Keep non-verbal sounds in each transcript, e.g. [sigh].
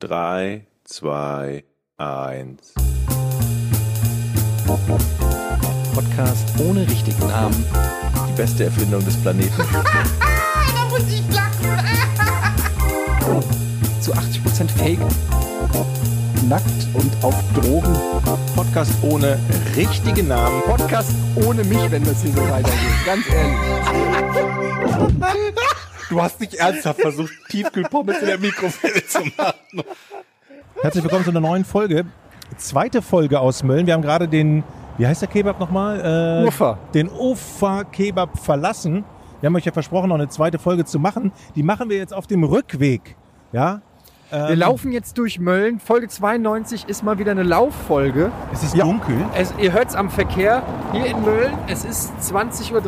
3, 2, 1. Podcast ohne richtigen Namen. Die beste Erfindung des Planeten. [laughs] da muss ich lachen. Zu 80% Fake. Nackt und auf Drogen. Podcast ohne richtigen Namen. Podcast ohne mich, wenn das hier so weitergeht. Ganz ehrlich. Du hast nicht ernsthaft versucht, Tiefkühlpommes in der Mikrofile zu machen. Herzlich willkommen zu einer neuen Folge. Zweite Folge aus Mölln. Wir haben gerade den, wie heißt der Kebab nochmal? Äh, Ufer. Den Ufa-Kebab verlassen. Wir haben euch ja versprochen, noch eine zweite Folge zu machen. Die machen wir jetzt auf dem Rückweg. Ja? Ähm, Wir laufen jetzt durch Mölln. Folge 92 ist mal wieder eine Lauffolge. Es ist [laughs] dunkel. Es, ihr hört es am Verkehr hier in Mölln. Es ist 20.30 Uhr,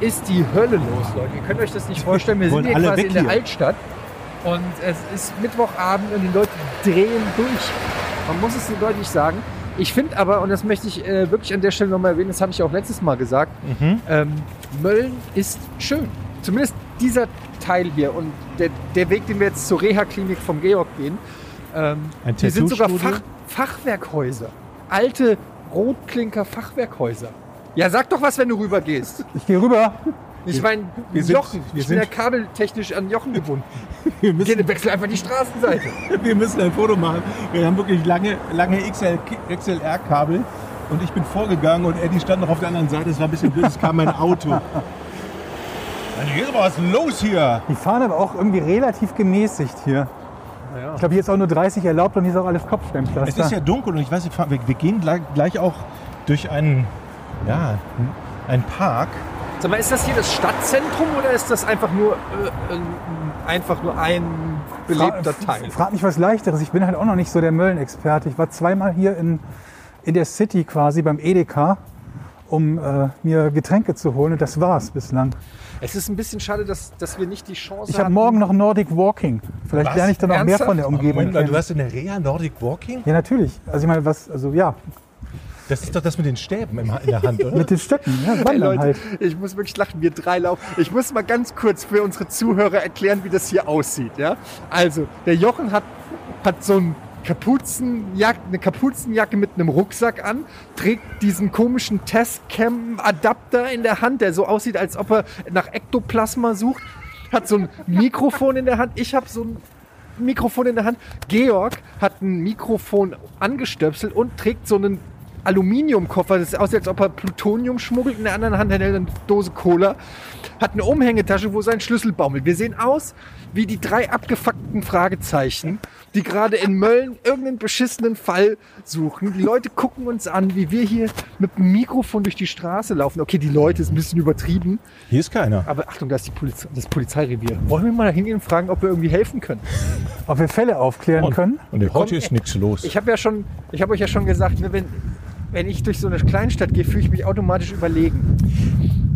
ist die Hölle los, Leute. Ihr könnt euch das nicht vorstellen. Wir sind Wollen hier alle quasi weg in der hier. Altstadt. Und es ist Mittwochabend und die Leute drehen durch. Man muss es so deutlich sagen. Ich finde aber, und das möchte ich äh, wirklich an der Stelle nochmal erwähnen, das habe ich auch letztes Mal gesagt, Mhm. ähm, Mölln ist schön. Zumindest dieser Teil hier und der, der Weg, den wir jetzt zur Reha-Klinik vom Georg gehen. Ähm, Ein hier sind sogar Tattoo-Studio? Fach, Fachwerkhäuser. Alte Rotklinker-Fachwerkhäuser. Ja, sag doch was, wenn du rübergehst. Ich gehe rüber. Ich meine, wir sind- Jochen. wir ich bin ja sind- kabeltechnisch an Jochen gebunden. Wir müssen, Geh, wechsel einfach die Straßenseite. [laughs] wir müssen ein Foto machen. Wir haben wirklich lange, lange XL, XLR-Kabel. Und ich bin vorgegangen und Eddie stand noch auf der anderen Seite. Es war ein bisschen blöd, es kam mein [laughs] Auto. Also hier ist aber was los hier. Die fahren aber auch irgendwie relativ gemäßigt hier. Ich glaube, hier ist auch nur 30 erlaubt und hier ist auch alles Es Kopfsteinpflaster. ist ja dunkel und ich weiß, nicht, wir, wir gehen gleich, gleich auch durch einen, ja, einen Park. Sag mal, ist das hier das Stadtzentrum oder ist das einfach nur, äh, ein- einfach nur ein belebter Fra- Teil? Frag mich was Leichteres. Ich bin halt auch noch nicht so der Möllenexperte. Ich war zweimal hier in, in der City quasi beim Edeka, um äh, mir Getränke zu holen. Und das war's bislang. Es ist ein bisschen schade, dass, dass wir nicht die Chance Ich habe hatten. morgen noch Nordic Walking. Vielleicht Was? lerne ich dann noch mehr Ernsthaft? von der Umgebung. Moment mal, du kennen. hast in der Rea Nordic Walking? Ja, natürlich. Also ich meine, was, also ja, Das ist doch das mit den Stäben im, in der Hand, oder? mit den Stöcken, ja, Hey, wandern Leute, halt. ich muss wirklich lachen, wir drei laufen. Ich muss mal ganz kurz für unsere Zuhörer erklären, wie das hier aussieht. Ja? Also, der Jochen hat, hat so ein Kapuzenjack, eine Kapuzenjacke mit einem Rucksack an, trägt diesen komischen Testcam-Adapter in der Hand, der so aussieht, als ob er nach Ektoplasma sucht, hat so ein Mikrofon in der Hand. Ich habe so ein Mikrofon in der Hand. Georg hat ein Mikrofon angestöpselt und trägt so einen Aluminiumkoffer. Das aussieht, als ob er Plutonium schmuggelt. In der anderen Hand hält er eine Dose Cola. Hat eine Umhängetasche, wo sein Schlüssel baumelt. Wir sehen aus wie die drei abgefuckten Fragezeichen, die gerade in Mölln irgendeinen beschissenen Fall suchen. Die Leute gucken uns an, wie wir hier mit dem Mikrofon durch die Straße laufen. Okay, die Leute ist ein bisschen übertrieben, Hier ist keiner. aber Achtung, da ist die Poliz das Polizeirevier. Wollen wir mal da hingehen und fragen, ob wir irgendwie helfen können? Ob wir Fälle aufklären können? Und heute Komm, ist nichts los. Ich habe ja schon, ich habe euch ja schon gesagt, ne, wenn, wenn ich durch so eine Kleinstadt gehe, fühle ich mich automatisch überlegen.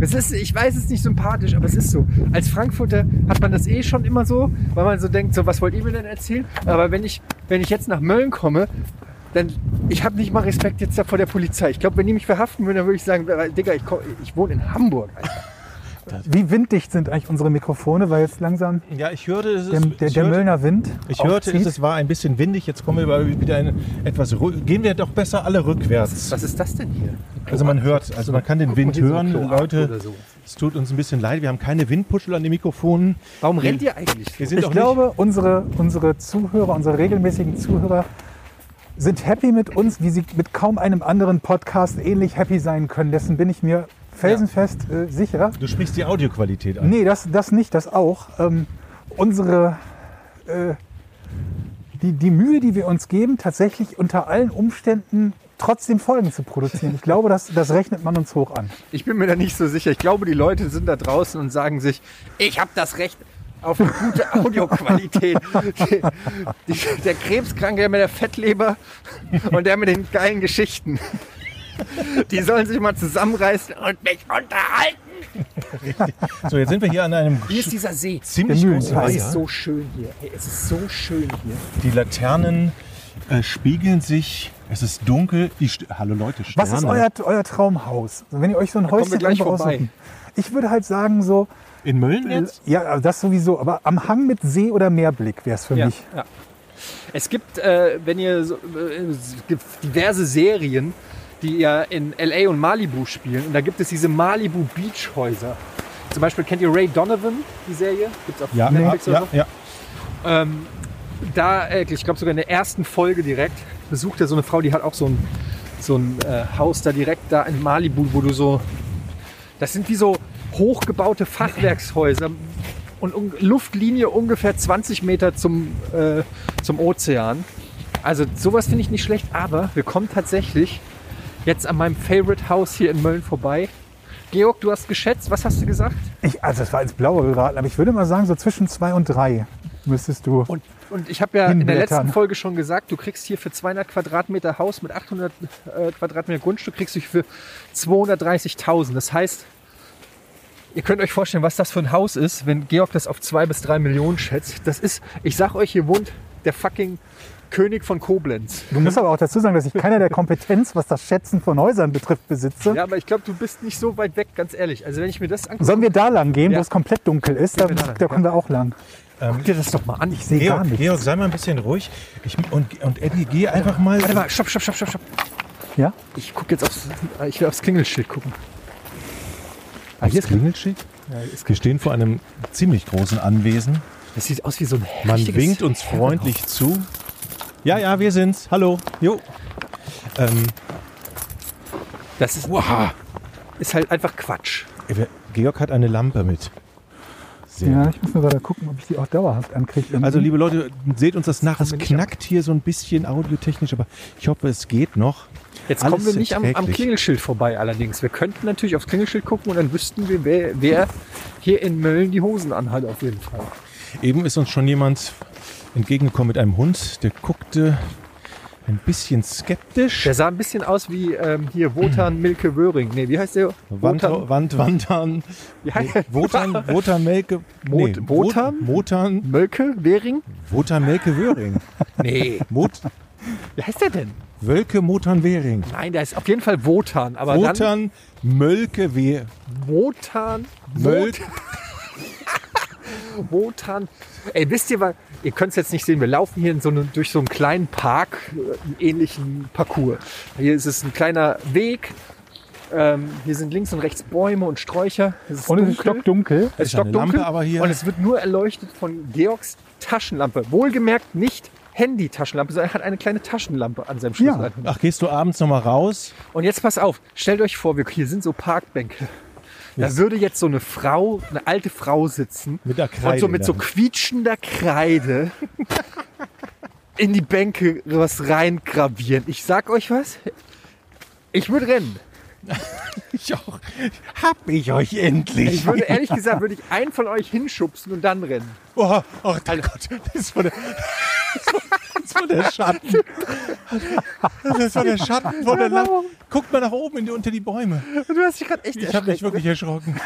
Es ist, ich weiß, es ist nicht sympathisch, aber es ist so. Als Frankfurter hat man das eh schon immer so, weil man so denkt, so was wollt ihr mir denn erzählen? Aber wenn ich, wenn ich jetzt nach Mölln komme, dann ich habe nicht mal Respekt jetzt da vor der Polizei. Ich glaube, wenn die mich verhaften würden, dann würde ich sagen, Digga, ich, komm, ich wohne in Hamburg. Alter. Wie winddicht sind eigentlich unsere Mikrofone? Weil jetzt langsam Ja, ich hörte, es der, der, ich der hörte- Möllner Wind. ich hörte es, aufzieht. es war ein bisschen windig. Jetzt kommen wir aber wieder in etwas. ru- Gehen wir doch besser alle rückwärts. Was ist das denn hier? Also man hört, also man kann den Guck mal, Wind hier so ein Kloak hören. oder Leute, so. es tut uns ein bisschen leid. Wir haben keine Windpuschel an den Mikrofonen. Warum rennt ihr eigentlich? so? Wir sind ich auch glaube, unsere, unsere Zuhörer, unsere regelmäßigen Zuhörer sind happy mit uns, wie sie mit kaum einem anderen Podcast ähnlich happy sein können. Dessen bin ich mir felsenfest äh, sicher. nicht, du sprichst die Audioqualität an. Nee, das, das nicht, das auch. Ähm, unsere, äh, die, die Mühe, die wir uns geben, tatsächlich unter allen Umständen trotzdem Folgen zu produzieren. Ich glaube, das, das rechnet man uns hoch an. Ich bin mir da nicht so sicher. Ich glaube, die Leute sind da draußen und sagen sich, ich habe das Recht auf eine gute Audioqualität. Die- die- der Krebskranke der mit der Fettleber und der mit den geilen Geschichten. Die sollen sich mal zusammenreißen und mich unterhalten. So, jetzt sind wir hier an einem Hier ist dieser See. ziemlich Der großen Mühlental. Es See. ist so schön hier. Hey, es ist so schön hier. Die Laternen äh, spiegeln sich. Es ist dunkel. Die St Hallo Leute, Sterne. Was ist euer, euer Traumhaus? Also wenn ihr euch so ein ne? kommen wir Häuschen gleich irgendwo vorbei. aussuchen. Ich würde halt sagen, so, also In Mölln jetzt? Ja, aber das sowieso. Aber am Hang mit See- oder Meerblick wäre es für Ja, mich. ja. Es gibt, äh, wenn ihr so, äh, es gibt diverse Serien, die ja in LA und Malibu spielen. Und da gibt es diese Malibu Beach Häuser. Zum Beispiel kennt ihr Ray Donovan, die Serie? Gibt's auf Ja, ja, Netflix oder ja, so? ja. Ähm, da, äh, ich glaube sogar in der ersten Folge direkt, besucht er so eine Frau, die hat auch so ein, so ein äh, Haus da direkt da in Malibu, wo du so. Das sind wie so hochgebaute Fachwerkshäuser und un Luftlinie ungefähr 20 Meter zum, äh, zum Ozean. Also sowas finde ich nicht schlecht, aber wir kommen tatsächlich jetzt an meinem Favorite House hier in Mölln vorbei. Georg, du hast geschätzt, was hast du gesagt? Ich, also das war ins Blaue geraten, aber ich würde mal sagen, so zwischen zwei und drei müsstest du. Und, und ich habe ja in der Hinblättern. letzten Folge schon gesagt, du kriegst hier für 200 Quadratmeter Haus mit 800 äh, Quadratmeter Grundstück, kriegst du für 230.000. Das heißt, ihr könnt euch vorstellen, was das für ein Haus ist, wenn Georg das auf 2 bis 3 Millionen schätzt. Das ist, ich sag euch, hier wohnt der fucking König von Koblenz. Du musst aber auch dazu sagen, dass ich keiner der Kompetenz, was das Schätzen von Häusern betrifft, besitze. Ja, aber ich glaube, du bist nicht so weit weg, ganz ehrlich. Also wenn ich mir das angucke, Sollen wir da lang gehen, Ja. wo es komplett dunkel ist? Da, Gehen wir da lang, da können wir auch lang. guck dir das doch mal an. Ich sehe Sehe gar Ähm, Georg, nichts. Georg, sei mal ein bisschen ruhig. Ich, und, und Eddie, geh einfach mal. Warte mal, stopp, stopp, stopp, stopp, stopp. Ja? Ich gucke jetzt aufs, äh, ich will aufs Klingelschild gucken. Ah, hier ist Klingelschild. Wir stehen vor einem ziemlich großen Anwesen. Das sieht aus wie so ein Man richtiges winkt uns Herrenhaus. freundlich zu. Ja, ja, wir sind's. Hallo. Jo. Ähm, Das ist, ist halt einfach Quatsch. wir- Georg hat eine Lampe mit. Sehr Ja, ich muss nur gerade gucken, ob ich die auch dauerhaft ankriege. Also liebe Leute, seht uns das nach. Es wir nicht knackt hier so ein bisschen audiotechnisch, aber ich hoffe, es geht noch. Jetzt Alles kommen wir nicht am, am erträglich. Klingelschild vorbei allerdings. Wir könnten natürlich aufs Klingelschild gucken und dann wüssten wir, wer, wer hier in Mölln die Hosen anhat auf jeden Fall. Eben ist uns schon jemand entgegengekommen mit einem Hund, der guckte ein bisschen skeptisch. Der sah ein bisschen aus wie ähm, hier Wotan Milke Wöhring. Nee, wie heißt der? Wand, Wotan, [laughs] Wand, Wandern. Ja. Wotan, Wotan Melke. Mot- Wotan? Wotan, [laughs] Mölke Wöhring? Wotan Melke Wöhring. Nee. Mot, Wie heißt der denn? Wölke Motan Wöhring. Nein, der ist auf jeden Fall Wotan. Aber dann Wotan Mölke Weh. Wotan Möl- Wotan. Ey, wisst ihr was? Ihr könnt es jetzt nicht sehen. Wir laufen hier in so eine, durch so einen kleinen Park, äh, ähnlichen Parcours. Hier ist es ein kleiner Weg. Ähm, hier sind links und rechts Bäume und Sträucher. Es ist und es ist dunkel. stockdunkel. Es ist Ist eine stockdunkel. Lampe aber hier. Und es wird nur erleuchtet von Georgs Taschenlampe. Wohlgemerkt nicht Handy-Taschenlampe, sondern er hat eine kleine Taschenlampe an seinem Ja. Schlüssel. Ach, gehst du abends nochmal raus? Und jetzt pass auf, stellt euch vor, wir, hier sind so Parkbänke. Da würde jetzt so eine Frau, eine alte Frau sitzen Mit der Kreide und so in mit der so Hand. quietschender Kreide in die Bänke was reingravieren. Ich sag euch was, ich würde rennen. Ich auch. Hab ich euch endlich. Ich würde ehrlich gesagt, würde ich einen von euch hinschubsen und dann rennen. Oh, oh dein Gott, das war der, das war der Schatten. Das war der Schatten von der Lampe. Guckt mal nach oben in die, unter die Bäume. Du hast dich gerade echt Ich habe mich wirklich erschrocken.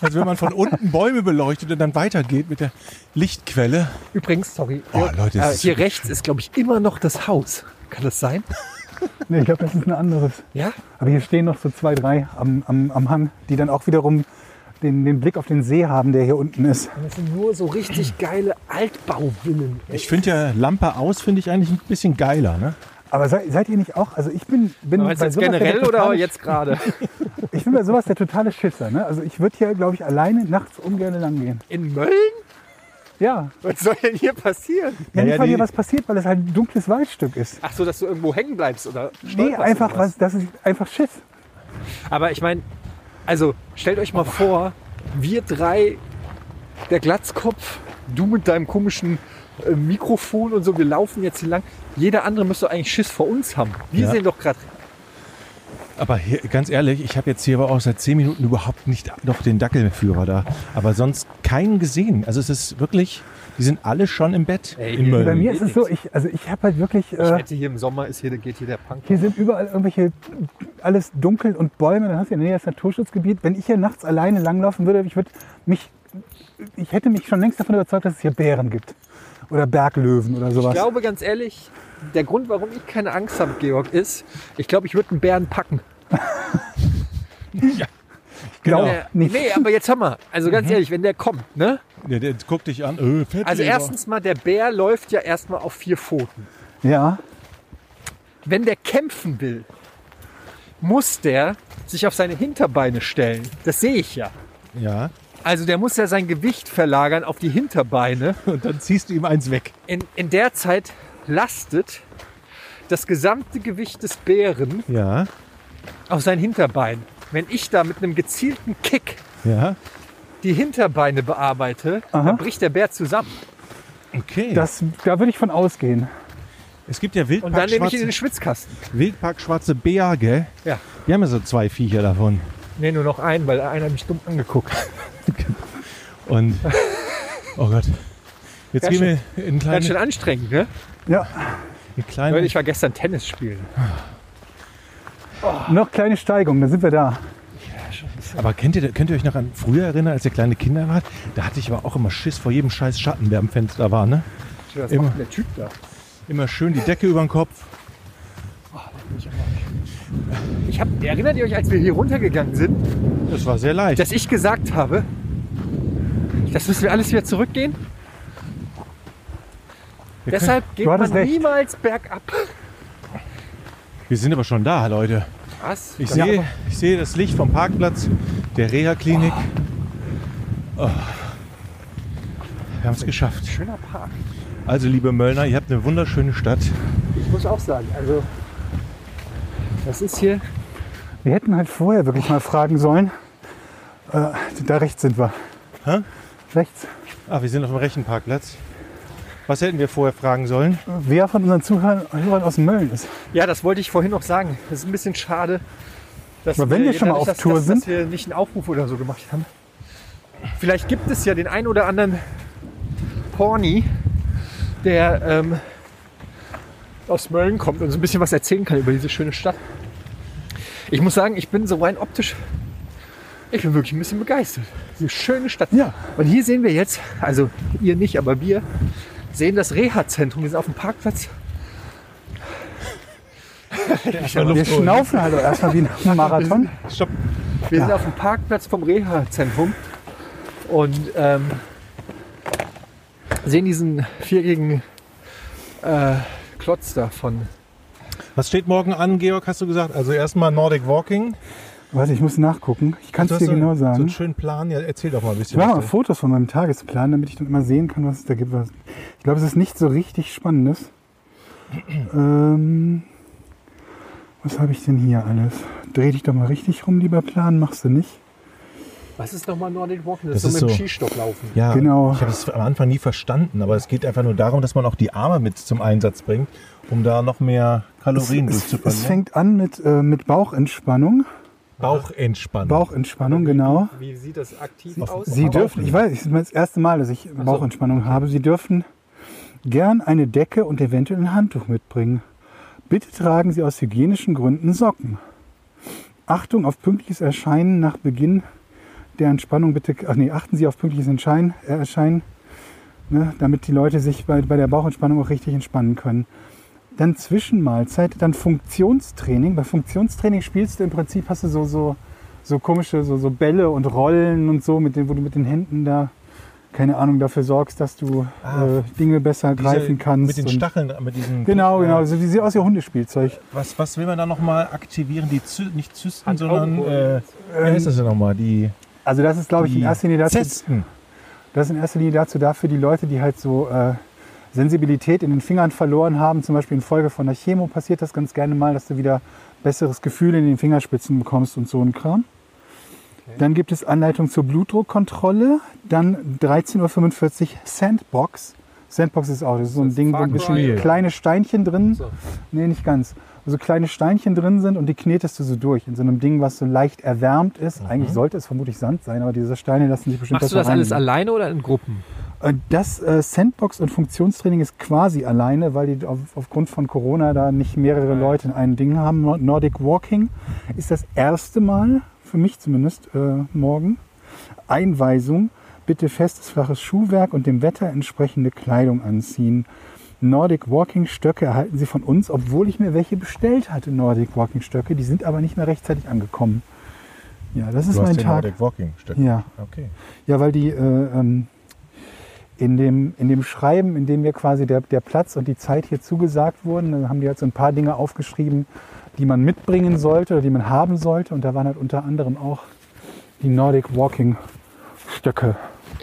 Also wenn man von unten Bäume beleuchtet und dann weitergeht mit der Lichtquelle. Übrigens, sorry, Oh, Leute, das äh, ist hier wirklich rechts ist, glaube ich, immer noch das Haus. Kann das sein? Nee, ich glaube, das ist ein anderes. Ja? Aber hier stehen noch so zwei, drei am, am, am Hang, die dann auch wiederum den, den Blick auf den See haben, der hier unten ist. Und Das sind nur so richtig geile Altbauvillen. Ich finde ja Lampe aus finde ich eigentlich ein bisschen geiler, ne? Aber sei, seid ihr nicht auch? Also ich bin, bin Meinst du jetzt sowas der generell oder totale- jetzt gerade? Ich bin bei sowas der totale Schisser. Ne? Also ich würde hier, glaube ich, alleine nachts ungern lang gehen. In Mölln? Ja, Was soll denn hier passieren? ja, Naja, nicht, weil die- hier was passiert, weil es halt ein dunkles Waldstück ist. Ach so, dass du irgendwo hängen bleibst oder? Nee, stolperst einfach oder was, das ist einfach Schiss. Aber ich meine, also stellt euch mal vor, wir drei, der Glatzkopf, du mit deinem komischen äh, Mikrofon und so, wir laufen jetzt hier lang. Jeder andere müsste eigentlich Schiss vor uns haben. Wir Ja. sehen doch gerade. Aber hier, ganz ehrlich, ich habe jetzt hier aber auch seit zehn Minuten überhaupt nicht noch den Dackelführer da. Aber sonst keinen gesehen. Also es ist wirklich, die sind alle schon im Bett. Ey, in hier- Mölln. Bei mir ist geht es so, ich, also ich habe halt wirklich, Ich äh, hätte hier im Sommer ist hier, geht hier der Punk. hier sind überall irgendwelche, alles dunkel und Bäume, dann hast du in der Nähe das Naturschutzgebiet. Wenn ich hier nachts alleine langlaufen würde, ich würde mich, ich hätte mich schon längst davon überzeugt, dass es hier Bären gibt. Oder Berglöwen oder sowas. Ich glaube ganz ehrlich, der Grund, warum ich keine Angst habe, Georg, ist, ich glaube, ich würde einen Bären packen. Glaub Wenn der- nicht. genau. Nee, aber jetzt hör mal. Also ganz ehrlich, wenn der kommt, ne? Der, der guckt dich an. Öh, Fettleber. Also erstens mal, der Bär läuft ja erstmal auf vier Pfoten. Ja. Wenn der kämpfen will, muss der sich auf seine Hinterbeine stellen. Das sehe ich ja. Ja. Also der muss ja sein Gewicht verlagern auf die Hinterbeine. Und dann ziehst du ihm eins weg. In, in der Zeit lastet das gesamte Gewicht des Bären Ja. auf sein Hinterbein. Wenn ich da mit einem gezielten Kick Ja. die Hinterbeine bearbeite, dann bricht der Bär zusammen. Okay. Das, da würde ich von ausgehen. es gibt ja Und Wildpark, dann nehme ich ihn in schwarze, den Schwitzkasten. Wildpark schwarze Berge. Ja. Die haben ja so zwei Viecher davon. Nee, nur noch einen, weil einer mich dumm angeguckt. hat. [laughs] Und oh Gott. Jetzt Ganz gehen wir in [laughs] einen Ganz schön kleinen, anstrengend, ne? Ja. einen kleinen Leute, ich war gestern Tennis spielen. Noch kleine Steigung, dann sind wir da. Aber kennt ihr, könnt ihr euch noch an früher erinnern, als ihr kleine Kinder wart? Da hatte ich aber auch immer Schiss vor jedem scheiß Schatten, der am Fenster war, ne? Was Immer. macht denn der Typ da? Immer schön die Decke über den Kopf. Ich hab, erinnert ihr euch, als wir hier runtergegangen sind, Das war sehr leicht. dass ich gesagt habe, das müssen wir alles wieder zurückgehen? Wir, können, Deshalb geht man hattest recht. niemals bergab. wir sind aber schon da, Leute. Was? Ich, sehe, ich sehe das Licht vom Parkplatz der Reha-Klinik. Oh. Wir haben es geschafft. Schöner Park. Also, liebe Möllner, ihr habt eine wunderschöne Stadt. Ich muss auch sagen, also das ist hier. Wir hätten halt vorher wirklich mal fragen sollen. Äh, da rechts sind wir. Hä? Rechts. Ah, wir sind auf dem rechten Parkplatz. Was hätten wir vorher fragen sollen? Wer von unseren Zuhörern Hörern aus Mölln ist. Ja, das wollte ich vorhin noch sagen. Es ist ein bisschen schade, dass Aber wenn wir schon mal dadurch, auf dass, Tour dass, sind- dass wir nicht einen Aufruf oder so gemacht haben. Vielleicht gibt es ja den einen oder anderen Porni, der ähm, aus Mölln kommt und uns ein bisschen was erzählen kann über diese schöne Stadt. Ich muss sagen, ich bin so rein optisch, ich bin wirklich ein bisschen begeistert. Diese schöne Stadt. Ja. Und hier sehen wir jetzt, also ihr nicht, aber wir sehen das Reha-Zentrum. Wir sind auf dem Parkplatz. Wir schnaufen halt auch erstmal wie nach einem Marathon. Stopp. Wir sind auf dem Parkplatz vom Reha-Zentrum und ähm, sehen diesen viereckigen äh, Klotz da von. Was steht morgen an, Georg, hast du gesagt? Also erstmal Nordic Walking. Warte, ich muss nachgucken. Ich kann Du es hast so- dir genau So einen sagen. schönen Plan. Ja, erzähl doch mal ein Ich bisschen. mache mal was du- Fotos von meinem Tagesplan, damit ich dann immer sehen kann, was es da gibt. Ich glaube, es ist nicht so richtig Spannendes. [clears throat] Ähm, was habe ich denn hier alles? Dreh dich doch mal richtig rum, lieber Plan. Machst du nicht? Was ist nochmal Nordic Walking? Das ist so- Skistock laufen. Ja, Genau. ich habe es am Anfang nie verstanden, aber es geht einfach nur darum, dass man auch die Arme mit zum Einsatz bringt, um da noch mehr Kalorien ne? es, es, es durchzubringen. fängt an mit, äh, mit Bauchentspannung. Bauchentspannung. Bauchentspannung, genau. Wie sieht das aktiv aus? Sie dürfen, ich weiß, es ist das erste Mal, dass ich Bauchentspannung habe. Sie dürfen gern eine Decke und eventuell ein Handtuch mitbringen. Bitte tragen Sie aus hygienischen Gründen Socken. Achtung auf pünktliches Erscheinen nach Beginn der Entspannung. Bitte, ach nee, achten Sie auf pünktliches Entschein, äh, Erscheinen, ne, damit die Leute sich bei, bei der Bauchentspannung auch richtig entspannen können. Dann Zwischenmahlzeit, dann Funktionstraining. Bei Funktionstraining spielst du im Prinzip, hast du so, so, so komische, so, so Bälle und Rollen und so, mit denen, wo du mit den Händen da, keine Ahnung, dafür sorgst, dass du Ah, äh, Dinge besser Diese- greifen kannst. Mit den und- Stacheln, mit diesen. Genau, Ja. genau. Also die sieht aus wie Hundespielzeug. Was, was will man da nochmal aktivieren? Die Zy nicht Zysten, Hand- sondern. Augen- Äh, wer ist das denn nochmal? Die. Also das ist, glaube ich, in die erster Linie dazu, Zesten. das ist in erster Linie dazu da für die Leute, die halt so äh, Sensibilität in den Fingern verloren haben. Zum Beispiel infolge von der Chemo passiert das ganz gerne mal, dass du wieder besseres Gefühl in den Fingerspitzen bekommst und so ein Kram. Dann gibt es Anleitung zur Blutdruckkontrolle. Dann 13.45 Uhr Sandbox. Sandbox ist auch das ist so ein Ding, wo Far ein bisschen Cry. kleine Steinchen drin. So. Nee, nicht ganz. Wo so kleine Steinchen drin sind und die knetest du so durch. In so einem Ding, was so leicht erwärmt ist. Eigentlich sollte es vermutlich Sand sein, aber diese Steine lassen sich bestimmt Mhm. Machst du besser das alles reinigen. alleine oder in Gruppen? Äh, Das äh, Sandbox- und Funktionstraining ist quasi alleine, weil die auf, aufgrund von Corona da nicht mehrere Leute in einem Ding haben. Nord- Nordic Walking ist das erste Mal, für mich zumindest, äh, morgen. Einweisung, bitte festes, flaches Schuhwerk und dem Wetter entsprechende Kleidung anziehen. Nordic Walking Stöcke erhalten Sie von uns, obwohl ich mir welche bestellt hatte, Nordic Walking Stöcke. Die sind aber nicht mehr rechtzeitig angekommen. Ja, das ist Du hast mein den Tag. Nordic Walking Stöcke. Ja. Okay. Ja, weil die, äh, ähm, in dem, in dem Schreiben, in dem mir quasi der, der Platz und die Zeit hier zugesagt wurden, dann haben die halt so ein paar Dinge aufgeschrieben, die man mitbringen sollte oder die man haben sollte. Und da waren halt unter anderem auch die Nordic Walking Stöcke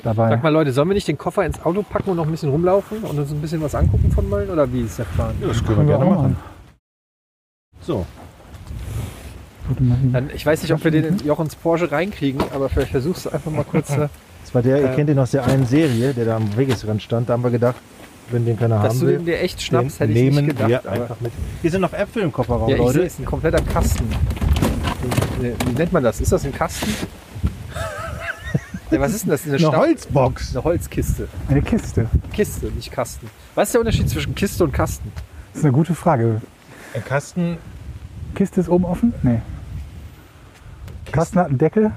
dabei. Sag mal, Leute, sollen wir nicht den Koffer ins Auto packen und noch ein bisschen rumlaufen und uns ein bisschen was angucken von Mölln? Oder wie ist der Plan? das können wir Können wir gerne auch machen. So, Warte mal, hier. Dann, ich weiß nicht, ob wir den in Jochens Porsche reinkriegen, aber vielleicht versuchst du einfach mal kurz. äh, Das war der, ihr kennt ihn aus der einen Serie, der da am Wegesrand stand. Da haben wir gedacht, wenn den keiner Dass haben du will, den dir echt schnappst, den hätte ich nehmen nicht gedacht. wir aber, einfach mit. Hier sind noch Äpfel im Kofferraum, ja, ich sehe, Leute. ist ein kompletter Kasten. Nee, Wie nennt man das? Ist das ein Kasten? ja, was ist denn das? Eine, Eine Stau- Holzbox. eine Holzkiste. Eine Kiste. Kiste, nicht Kasten. Was ist der Unterschied zwischen Kiste und Kasten? Das ist eine gute Frage. ein Kasten, Kiste ist oben offen? Nee. Kasten hat einen Deckel.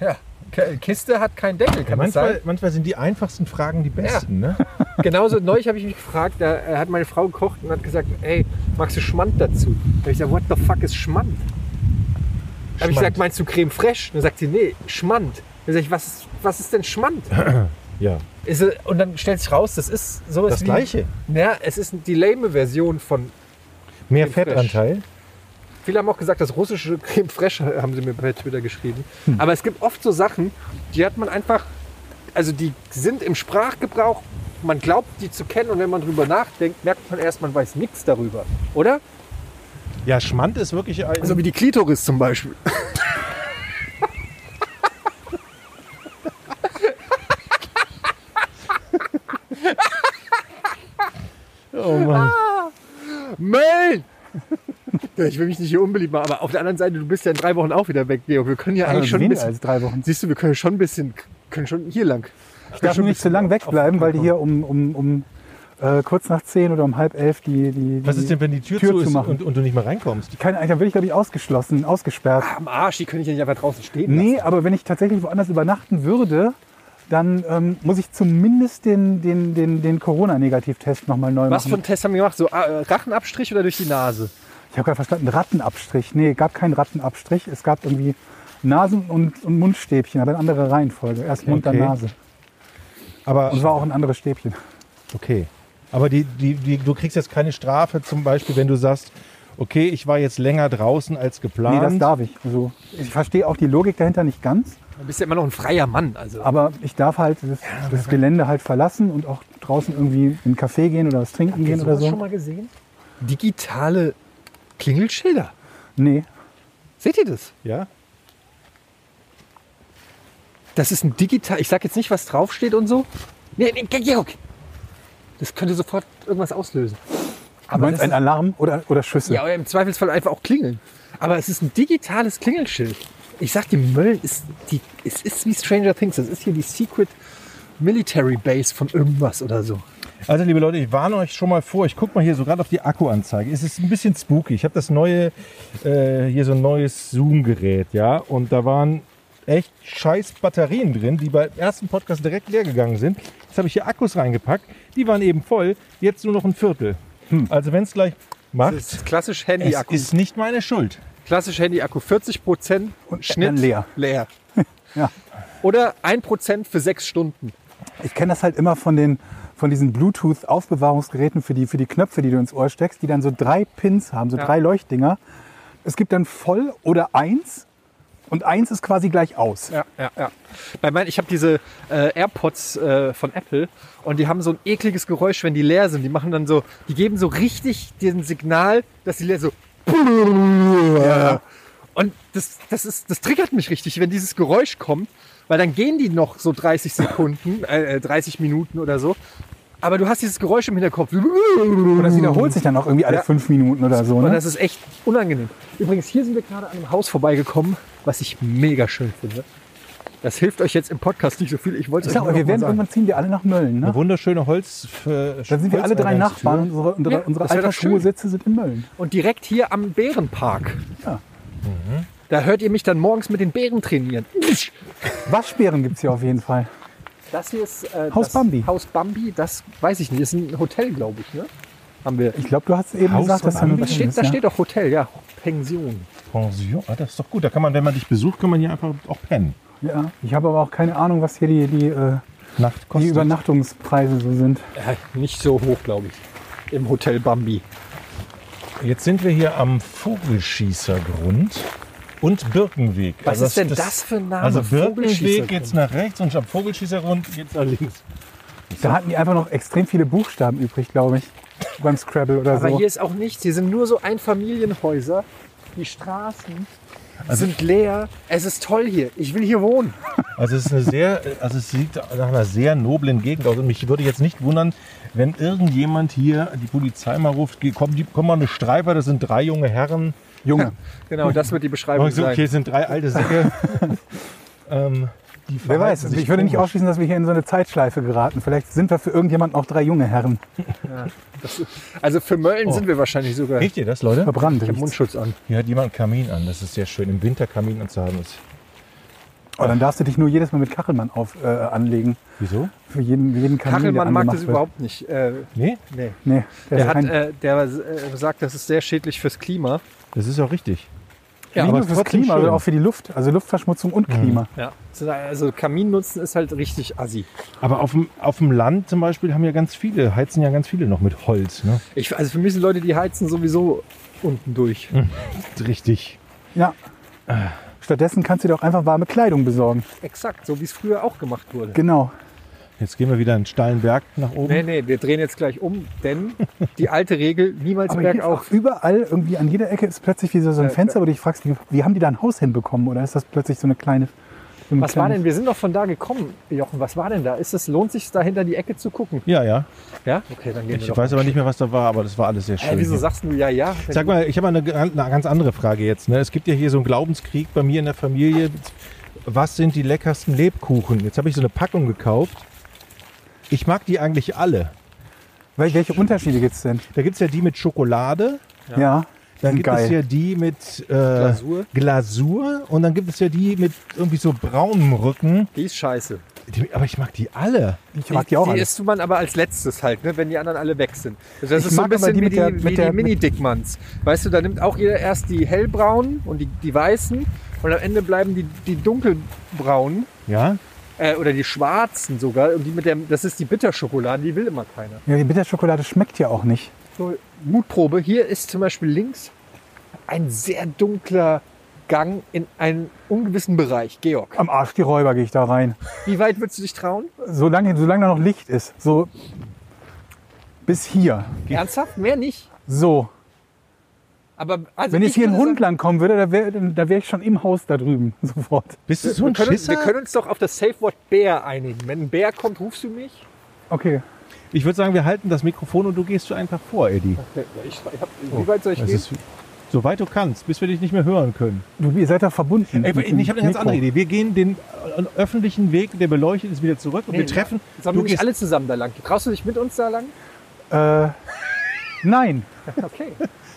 Ja, K- Kiste hat keinen Deckel, kann man sagen. manchmal, manchmal sind die einfachsten Fragen die besten. Ne? Genauso neulich habe ich mich gefragt, da äh, hat meine Frau gekocht und hat gesagt, ey, magst du Schmand dazu? Da habe ich gesagt, what the fuck ist Schmand? Da habe ich gesagt, meinst du Creme Fraiche? Und dann sagt sie, nee, Schmand. Dann sage ich, was ist, was ist denn [laughs] Schmand? Ja. Ist, äh, und dann stellt sich raus, das ist sowas Das wie... gleiche. Naja, es ist die lame Version von... Mehr Creme fraiche. Fettanteil. Viele haben auch gesagt, das russische [laughs] Creme Fraiche haben sie mir bei Twitter geschrieben. Aber es gibt oft so Sachen, die hat man einfach... Also die sind im Sprachgebrauch, man glaubt die zu kennen und wenn man drüber nachdenkt, merkt man erst, man weiß nichts darüber. Oder? Ja, Schmand ist wirklich ein. Also So Also wie die Klitoris zum [laughs] Beispiel. Oh Mann. Mölln! Ja, ich will mich nicht hier unbeliebt machen, aber auf der anderen Seite, du bist ja in drei Wochen auch wieder weg, Leo. Wir können ja eigentlich schon ein weniger bisschen, Also als drei Wochen. siehst du, wir können schon ein bisschen, können schon hier lang. Ich darf nur nicht zu lang wegbleiben, weil die hier um, um, um äh, kurz nach zehn oder um halb elf die, die, die Was ist denn, wenn die Tür, Tür zu ist zu machen. und, und du nicht mehr reinkommst? Keine Ahnung, dann bin ich, glaube ich, ausgeschlossen, ausgesperrt. Ah, Am Arsch, die können ich ja nicht einfach draußen stehen lassen. Nee, aber wenn ich tatsächlich woanders übernachten würde, dann ähm, muss ich zumindest den, den, den, den Corona-Negativtest nochmal neu Was für machen. einen Test haben wir gemacht? So äh, Rachenabstrich oder durch die Nase? Ich habe gerade verstanden, Rattenabstrich. Nee, gab keinen Rattenabstrich. Es gab irgendwie Nasen- und, und Mundstäbchen, aber in andere Reihenfolge. Erst Mund, dann okay. Nase. Und Aber es war auch ein anderes Stäbchen. okay. Aber die, die, die, du kriegst jetzt keine Strafe, zum Beispiel, wenn du sagst, okay, ich war jetzt länger draußen als Nee, geplant. das darf ich. Also, ich verstehe auch die Logik dahinter nicht ganz. Du bist ja immer noch ein freier Mann. Also. Aber ich darf halt das, das Gelände halt verlassen und auch draußen irgendwie in einen Café gehen oder was trinken gehen oder so. mal gesehen? Digitale Klingelschilder. Nee, Seht ihr das? Ja? Das ist ein digital. Ich sag jetzt nicht, was draufsteht und so. Nee, nee, Georg. Das könnte sofort irgendwas auslösen. du meinst das ein ist- Alarm oder, oder Schüsse? Ja, aber im Zweifelsfall einfach auch klingeln. Aber es ist ein digitales Klingelschild. Ich sag dir, Mölln ist die. Es ist wie Stranger Things. Das ist hier die Secret Military Base von irgendwas oder so. Also, liebe Leute, ich warne euch schon mal vor. Ich guck mal hier so gerade auf die Akkuanzeige. Es ist ein bisschen spooky. Ich habe das neue, äh, hier so ein neues Zoom-Gerät, ja. Und da waren echt scheiß Batterien drin, die beim ersten Podcast direkt leer gegangen sind. Jetzt habe ich hier Akkus reingepackt. Die waren eben voll. Jetzt nur noch ein Viertel. Hm. Also, wenn es gleich macht, Das ist klassisch es Handy-Akku. ist nicht meine Schuld. Klassisch Handy-Akku. 40 Prozent und Schnitt dann leer. [laughs] leer. Ja. Oder 1 Prozent für sechs Stunden. Ich kenne das halt immer von den von diesen Bluetooth-Aufbewahrungsgeräten für die, für die Knöpfe, die du ins Ohr steckst, die dann so drei Pins haben, so drei Leuchtdinger. Es gibt dann voll oder eins und eins ist quasi gleich aus. Ja, ja, ja. Bei meinen, ich habe diese äh, AirPods äh, von Apple und die haben so ein ekliges Geräusch, wenn die leer sind. Die machen dann so, die geben so richtig den Signal, dass die leer so. Ja. Und das, das, ist, das triggert mich richtig, wenn dieses Geräusch kommt, weil dann gehen die noch so 30 Sekunden, äh, äh, 30 Minuten oder so. Aber du hast dieses Geräusch im Hinterkopf. Und das wiederholt sich dann auch irgendwie alle Ja. fünf Minuten oder so. Und Ne? das ist echt unangenehm. Übrigens, hier sind wir gerade an einem Haus vorbeigekommen, was ich mega schön finde. Das hilft euch jetzt im Podcast nicht so viel. Ich wollte Ich es sag, euch nur aber wir noch mal werden sagen. irgendwann ziehen wir alle nach Mölln. Eine Ne? wunderschöne Holz. äh, Dann Dann sind wir alle drei Nachbarn. und Unsere, unsere, Ja, unsere ne? das wär doch schön. Altersruhesitze sind in Mölln. Und direkt hier am Bärenpark. Mhm. Ja. Da hört ihr mich dann morgens mit den Bären trainieren. Waschbären gibt es hier auf jeden Fall. Das hier ist äh, Haus das Bambi. Haus Bambi, das weiß ich nicht. Ist ein Hotel, glaube ich. Ne? Haben wir. Ich glaube, du hast eben Haus gesagt, dass und da nur Anwesen Da steht, Waschbären ist, da ja. steht auch Hotel, ja. Pension. Pension. Ah, das ist doch gut. Da kann man, wenn man dich besucht, kann man hier einfach auch pennen. Ja, ich habe aber auch keine Ahnung, was hier die, die äh, Nacht Wie kostet. Übernachtungspreise so sind. Äh, nicht so hoch, glaube ich. Im Hotel Bambi. Jetzt sind wir hier am Vogelschießergrund und Birkenweg. Was ist denn das für ein Name? Also Birkenweg Vogelschießergrund. geht's nach rechts und am Vogelschießergrund geht's nach links. Da hatten die einfach noch extrem viele Buchstaben übrig, glaube ich. Beim Scrabble oder Aber so. hier ist auch nichts. Hier sind nur so Einfamilienhäuser. Die Straßen sind leer. Es ist toll hier. Ich will hier wohnen. Also es ist eine sehr, also es sieht nach einer sehr noblen Gegend aus. Und mich würde jetzt nicht wundern, wenn irgendjemand hier die Polizei mal ruft, "Geh, komm, die, komm mal eine Streifer, das sind drei junge Herren. Junge. Genau, das wird die Aber Beschreibung ich so, sein. okay, es sind drei alte [laughs] Säcke. ähm, die Wer weiß, verhalten sich ich würde nicht komisch. ausschließen, dass wir hier in so eine Zeitschleife geraten. Vielleicht sind wir für irgendjemanden auch drei junge Herren Also für Mölln sind wir wahrscheinlich sogar. Ich Riecht ihr das, Leute? verbrannt. habe Mundschutz an. Hier hat jemand einen Kamin an. Das ist sehr schön. Im Winter Kamin anzuhaben ist. Oh, dann darfst du dich nur jedes Mal mit Kachelmann auf, äh, anlegen. Wieso? Für jeden, jeden Kamin, Kachelmann der mag angemacht das wird. überhaupt nicht. Äh, Nee, nee. Nee, Der, der, ist hat, kein, äh, der äh, sagt, das ist sehr schädlich fürs Klima. das ist auch richtig. ja, aber nicht nur fürs trotzdem Klima, schön. sondern auch für die Luft. Also Luftverschmutzung Mhm. und Klima. Ja. Also Kamin nutzen ist halt richtig assi. Aber auf dem, auf dem Land zum Beispiel haben ja ganz viele, heizen ja ganz viele noch mit Holz. Ne? Ich, also für mich sind Leute, die heizen sowieso unten durch. Richtig. Ja. Stattdessen kannst du dir auch einfach warme Kleidung besorgen. Exakt, so wie es früher auch gemacht wurde. Genau. Jetzt gehen wir wieder einen steilen Berg nach Um. oben. Nee, nee, wir drehen jetzt gleich um, denn die alte Regel, niemals Aber hier ist auch bergauf. überall, irgendwie an jeder Ecke ist plötzlich wie so so ein Fenster, wo du dich fragst, wie, wie haben die da ein Haus hinbekommen? Oder ist das plötzlich so eine kleine... So ein Was war kleines- denn? Wir sind doch von da gekommen, Jochen. Was war denn da? Ist es, lohnt sich da hinter die Ecke zu gucken? Ja, ja. Ja? Okay, dann gehen wir Ich doch. weiß aber nicht mehr, was da war, aber das war alles sehr schön. Hä, wieso hier. sagst du ja, ja? Wenn Sag mal, ich habe mal eine, eine ganz andere Frage jetzt. Ne? Es gibt ja hier so einen Glaubenskrieg bei mir in der Familie. Was sind die leckersten Lebkuchen? Jetzt habe ich so eine Packung gekauft. Ich mag die eigentlich alle. Wel- Welche Unterschiede gibt's denn? Da gibt es ja die mit Schokolade, Ja, die dann sind gibt es ja geil. die mit äh, Glasur. und dann gibt es ja die mit irgendwie so braunem Rücken. Die ist scheiße. Die, aber ich mag die alle. Ich mag die auch alle. isst man aber als letztes halt, ne, wenn die anderen alle weg sind. Also das Ich ist so ein mag aber bisschen die wie mit die, der- mit wie die der- Mini-Dickmanns. Weißt du, da nimmt auch jeder erst die hellbraunen und die, die weißen und am Ende bleiben die, die dunkelbraunen Ja? äh, oder die schwarzen sogar. Und die mit der, das ist die Bitterschokolade, die will immer keiner. Ja, die Bitterschokolade schmeckt ja auch nicht. So, Mutprobe. Hier ist zum Beispiel links ein sehr dunkler Gang in einen ungewissen Bereich. Georg, Am Arsch die Räuber gehe ich da rein. wie weit würdest du dich trauen? Solange, solange da noch Licht ist. So bis hier. Ernsthaft? Mehr nicht. So. Aber also Wenn jetzt hier ein würde Hund langkommen würde, da wäre da wär ich schon im Haus da drüben. [laughs] Sofort. Bist du so Wir ein können, wir Schisser? können uns doch auf das Safe Word Bär einigen. Wenn ein Bär kommt, rufst du mich? Okay. Ich würde sagen, wir halten das Mikrofon und du gehst so einfach vor, Eddie. Ich, hab, wie weit soll ich Oh, Das gehen? ist, soweit du kannst, bis wir dich nicht mehr hören können. Du, ihr seid da verbunden. Ey, mit ich habe eine ganz Mikro. andere Idee. Wir gehen den äh, öffentlichen Weg, der beleuchtet ist, wieder zurück und Nee, wir treffen. Sollen wir nicht alle zusammen da lang? gehen? Traust du dich mit uns da lang? Äh, nein. Okay.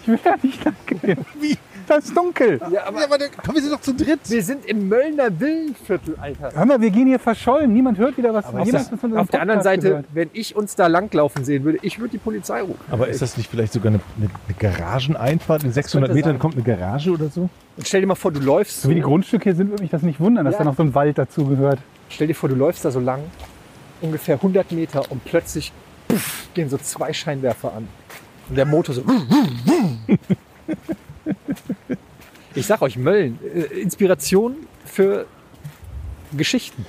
Ich will da nicht lang [laughs] gehen. Wie? Das ist dunkel. Ja, aber komm, wir sind doch zu dritt. wir sind im Möllner Villenviertel, Alter. Hör mal, wir gehen hier verschollen. Niemand hört wieder was. niemand Auf hat der- von unserem auf der anderen Podcast Seite, gehört. wenn ich uns da langlaufen sehen würde, ich würde die Polizei rufen. Aber ist das nicht vielleicht sogar eine, eine, eine Garageneinfahrt? In 600 könnte Metern sein. kommt eine Garage oder so? Und stell dir mal vor, du läufst. So wie die Grundstücke hier sind, würde mich das nicht wundern, dass Ja. da noch so ein Wald dazu gehört. Stell dir vor, du läufst da so lang, ungefähr 100 Meter und plötzlich puff, gehen so zwei Scheinwerfer an. Und der Motor so. [laughs] Ich sag euch, Mölln, äh, Inspiration für Geschichten.